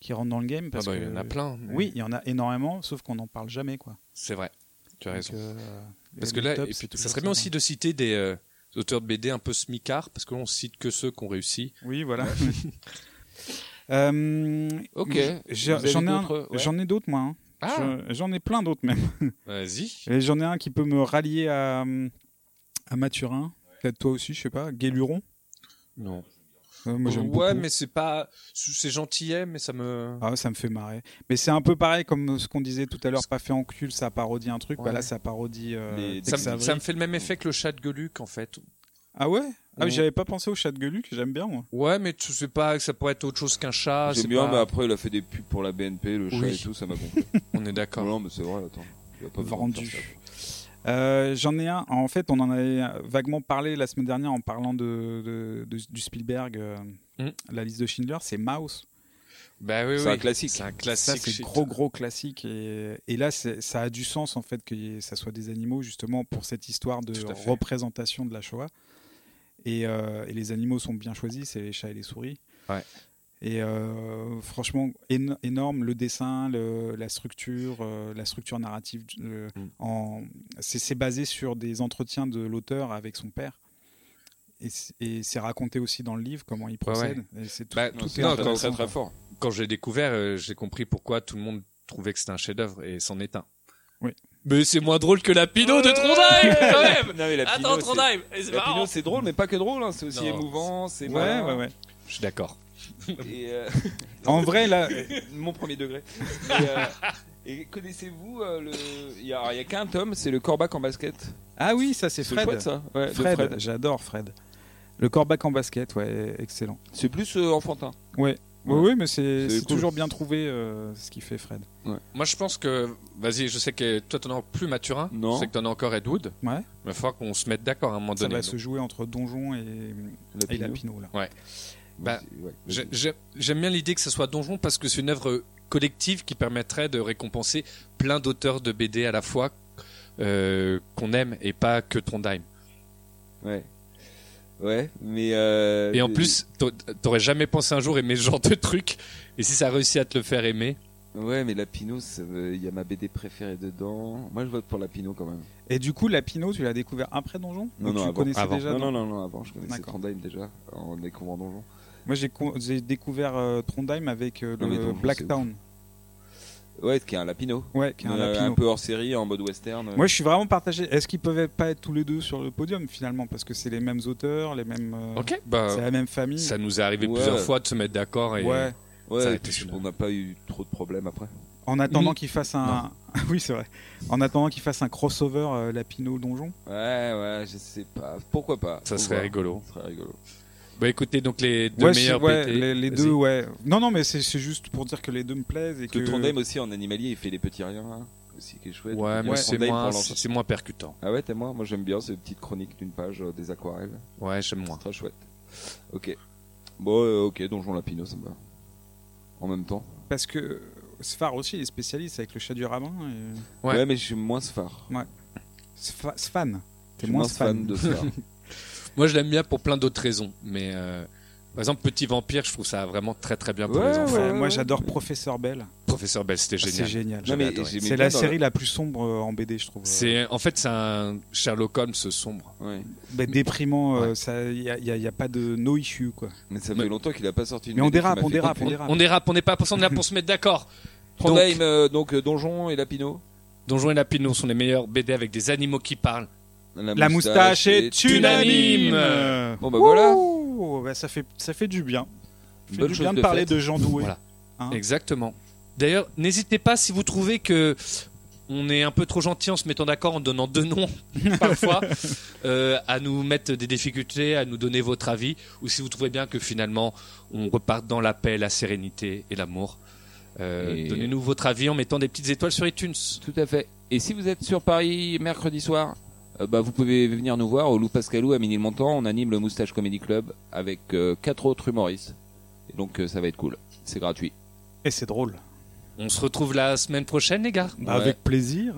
A: qui rentre dans le game.
D: Ah
A: Parce
D: bah,
A: que...
D: Il y en a plein. mais
A: Oui, il y en a énormément, sauf qu'on n'en parle jamais. quoi.
D: C'est vrai. Tu as raison.
A: Donc, euh,
D: parce
A: les-
D: que
A: les
D: là,
A: tops,
D: et
A: c'est
D: puis, ça
A: toujours
D: serait bien aussi
A: hein.
D: de citer des euh, auteurs de BD un peu smicards, parce que là, on cite que ceux qu'on réussit.
A: hein. Oui, voilà. Euh,
E: Ok.
A: j-
E: Vous avez
A: J'en ai, un-
E: d'autres Ouais.
A: j'en ai d'autres, moi. hein.
D: Ah,
A: Je- J'en ai plein d'autres, même.
D: vas-y.
A: Et j'en ai un qui peut me rallier à, hum, à Mathurin. Peut-être toi aussi, je sais pas. Guéluron.
D: Non.
A: Euh, moi, j'aime
D: ouais,
A: beaucoup.
D: mais c'est pas. C'est gentillet, mais ça me.
A: Ah, ça me fait marrer. Mais c'est un peu pareil comme ce qu'on disait tout à l'heure, pas fait en cul, ça parodie un truc. Bah
D: Ouais.
A: là, ça parodie. euh,
E: Les-
A: Tex
D: Ça, me,
A: Avery.
D: ça me fait le même effet que le chat de Gueluc, en fait.
A: Ah ouais Ah,
D: Ouais.
A: mais j'avais pas pensé au chat de Gueluc, j'aime bien moi.
D: Ouais, mais tu sais pas que ça pourrait être autre chose qu'un chat.
E: J'aime
D: c'est
E: bien,
D: pas-
E: mais après, il a fait des pubs pour la BNP, le chat
D: Oui.
E: et tout, ça m'a gonflé.
D: On est d'accord.
E: non, mais c'est vrai, attends. Il a pas besoin de faire
A: Vendu. Euh, J'en ai un. En fait, on en avait vaguement parlé la semaine dernière en parlant de, de- de- du Spielberg, euh,
D: Mm.
A: la liste de Schindler. C'est Mouse.
D: Bah oui,
E: C'est
D: oui.
E: un classique.
D: C'est un
A: Ça,
D: classique.
A: c'est gros, gros classique. Et, et là, c'est- ça a du sens, en fait, que y ait- ça soit des animaux, justement, pour cette histoire de
D: Tout à fait.
A: représentation de la Shoah. Et, euh, et les animaux sont bien choisis, c'est les chats et les souris.
D: Ouais.
A: Et euh, franchement, éno- énorme le dessin, le- la structure, euh, la structure narrative. le-
E: Mm.
A: en- c'est c'est basé sur des entretiens de l'auteur avec son père. Et c'est- Et c'est raconté aussi dans le livre comment il procède. Et c'est tout-
D: Bah,
E: ça.
A: tout
E: Non,
A: est
E: c'est très,
A: intéressant,
E: très, très
A: quoi.
E: fort.
D: quand j'ai découvert, euh, j'ai compris pourquoi tout le monde trouvait que c'était un chef-d'œuvre et s'en est un.
A: Oui.
D: Mais c'est moins drôle que la Pinot de Trondheim, quand même.
E: Non, mais la Pinot,
D: Attends,
E: c'est-
D: Trondheim, eh, c'est
E: La
D: marrant.
E: Pinot, c'est drôle, mais pas que drôle, hein, c'est aussi
D: Non.
E: émouvant, c'est
A: Ouais,
E: malin,
A: ouais, ouais.
D: Je suis d'accord.
E: et, euh,
A: En vrai, là,
E: mon premier degré. euh, Et, euh, et connaissez-vous euh, le. Il n'y a, il y a qu'un tome, c'est le Corbac en basket.
A: Ah oui, ça c'est Fred.
E: chouette, ça. Ouais, de
A: Fred,
E: Fred.
A: j'adore Fred. Le corbac en basket, ouais, excellent.
E: C'est plus euh, enfantin.
A: Ouais, Oui, oui, mais c'est
D: C'est
A: c'est
D: cool.
A: toujours bien trouvé euh, ce qu'il fait, Fred.
D: Moi, je pense que. Vas-y, je sais que toi, t'en as plus Maturin.
A: Non.
D: Je sais que t'en as encore Ed Wood.
A: Ouais.
D: Mais il faudra qu'on se mette d'accord à un moment
A: Ça
D: donné.
A: va
D: donc.
A: se jouer entre Donjon et, et Lapino. Là.
D: Ouais. Bah, j'ai- j'ai- J'aime bien l'idée que ce soit Donjon parce que c'est une œuvre collective qui permettrait de récompenser plein d'auteurs de BD à la fois euh, qu'on aime et pas que Trondheim.
E: Ouais. Ouais, mais. euh,
D: Et en
E: mais-
D: plus, t'a- t'aurais jamais pensé un jour aimer ce genre de truc. Et si ça réussit à te le faire aimer.
E: Ouais, mais Lapino, ça veut- il y a ma BD préférée dedans. Moi, je vote pour Lapino quand même.
A: Et du coup, Lapino, tu l'as découvert après Donjon Ou
E: Non, non,
A: tu
E: avant.
A: connaissais
E: Avant.
A: déjà
E: non, non,
A: Donjon
E: non, non, avant, je connaissais
A: D'accord.
E: Trondheim déjà, en découvrant Donjon.
A: Moi, j'ai con- j'ai découvert euh, Trondheim avec euh,
E: Non, Ah, mais
A: le
E: Donjon, c'est
A: Black Town.
E: Ouais, qui est un Lapino.
A: Ouais, qui est un
E: Euh,
A: Lapino.
E: Un peu hors série, en mode western.
A: Moi, je suis vraiment partagé. Est-ce qu'ils peuvent pas être tous les deux sur le podium finalement Parce que c'est les mêmes auteurs, les mêmes. euh,
D: Ok, bah,
A: c'est la même famille.
D: Ça nous est arrivé
A: Ouais.
D: plusieurs fois de se mettre d'accord et
A: Ouais.
E: Ouais,
D: ça a
E: et
D: été
E: puis
D: celui-là.
E: on n'a pas eu trop de problèmes après.
A: En attendant
E: Mm.
A: qu'ils fassent un. oui, c'est vrai. En attendant qu'ils fassent un crossover euh, Lapino Donjon.
E: Ouais, ouais, je sais pas. Pourquoi pas
D: Ça
E: Faut
D: serait
E: voir.
D: rigolo.
E: Ça serait rigolo.
D: Bah écoutez, donc les deux
A: ouais, c'est-
D: meilleurs
A: ouais,
D: BD.
A: les, les
D: Vas-y.
A: deux, ouais. Non, non, mais c'est c'est juste pour dire que les deux me plaisent et
E: Parce que
A: que.
E: Trondheim aussi en animalier, il fait les petits riens hein, aussi qui est chouette.
D: Ouais, mais
E: Trondheim
D: c'est
E: pour
D: moins,
E: l'enfant.
D: c'est moins percutant.
E: Ah ouais, t'es moi Moi j'aime bien ces petites chroniques d'une page euh, des aquarelles.
D: Ouais, j'aime moins.
E: C'est très chouette. Ok. Bon, euh, ok, Donjon Lapino, ça me va. En même temps.
A: Parce que euh, Sfar aussi est spécialiste avec le chat du rabbin. et-
E: Ouais, mais je suis moins phare.
A: Ouais. Sfa- Sfan.
E: Je
A: T'es
E: suis
A: moins
E: moins
A: Sfan.
E: fan de Sfar.
D: Moi, je l'aime bien pour plein d'autres raisons. Mais euh, par exemple, Petit Vampire, je trouve ça vraiment très très bien pour
A: Ouais,
D: les enfants.
A: ouais, Moi, j'adore Professeur Bell.
D: Professeur Bell, c'était génial.
A: C'est génial.
D: J'avais adoré.
A: C'est la série la plus sombre euh, en BD, je trouve.
D: C'est en fait c'est un Sherlock Holmes sombre.
A: Bah, déprimant, euh, ça, il n'y a, y a- y a pas de no issue quoi.
E: Mais ça fait longtemps qu'il a pas sorti une
A: Mais on
E: BD qui
A: dérape,
E: m'a
A: on
E: fait
A: dérape, on
E: comprendre.
A: dérape.
D: On dérape, on n'est pas pour ça, on est là pour se mettre d'accord.
E: Trondheim,
D: Donc,
E: euh, donc euh, Donjon et Lapino.
D: Donjon et Lapino sont les meilleurs BD avec des animaux qui parlent.
E: La,
A: moustache est unanime.
E: Bon bah voilà.
A: Ouh, bah, ça fait ça fait du bien. Ça fait
D: Bonne
A: du
D: chose
A: bien de,
D: de
A: parler
D: faite.
A: de gens doués.
D: Voilà.
A: Hein
D: Exactement. D'ailleurs, n'hésitez pas si vous trouvez que on est un peu trop gentil en se mettant d'accord en donnant deux noms parfois, euh, à nous mettre des difficultés, à nous donner votre avis, ou si vous trouvez bien que finalement on repart dans la paix, la sérénité et l'amour. Euh,
E: Et-
D: Donnez-nous votre avis en mettant des petites étoiles sur iTunes.
E: Tout à fait. Et si vous êtes sur Paris mercredi soir, euh, bah, vous pouvez venir nous voir au Lou Pascalou à Ménilmontant. On anime le Moustache Comedy Club avec euh, quatre autres humoristes. Et donc euh, ça va être cool. C'est gratuit.
A: Et c'est drôle.
D: On se retrouve la semaine prochaine, les gars.
A: Bah, Avec plaisir.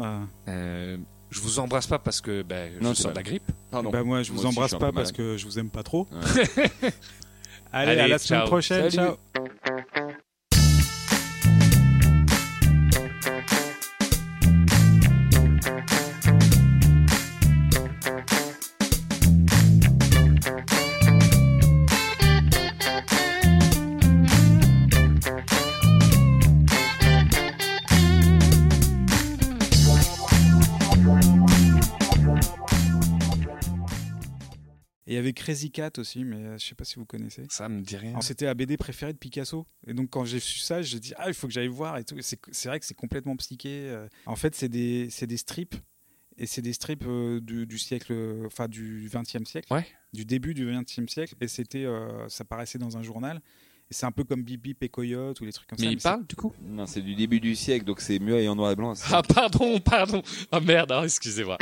D: Euh, je vous embrasse pas parce que bah,
A: Non,
D: je
A: c'est
D: sors de
A: pas
D: la grippe.
A: Bah, moi je vous embrasse pas parce que je vous aime pas trop. Allez,
D: Allez,
A: à la semaine
D: ciao.
A: prochaine.
D: Salut.
A: Ciao. Et il y avait Crazy Cat aussi, mais euh, je sais pas si vous connaissez.
D: Ça me dit rien.
A: Alors, C'était la BD préférée de Picasso. Et donc quand j'ai su ça, j'ai dit ah il faut que j'aille voir et tout. C'est c'est vrai que c'est complètement psyché. euh. En fait c'est des c'est des strips et c'est des strips euh, du, du siècle, euh, enfin du 20e siècle, du début du 20e siècle. Et c'était euh, ça paraissait dans un journal. Et c'est un peu comme Bibi et Coyote ou les trucs comme ça. c'est-
D: du coup
E: Non, c'est du début du siècle, donc c'est mieux et en noir et blanc. c'est ça.
D: Ah pardon, pardon. Ah merde, ah, hein, excusez-moi.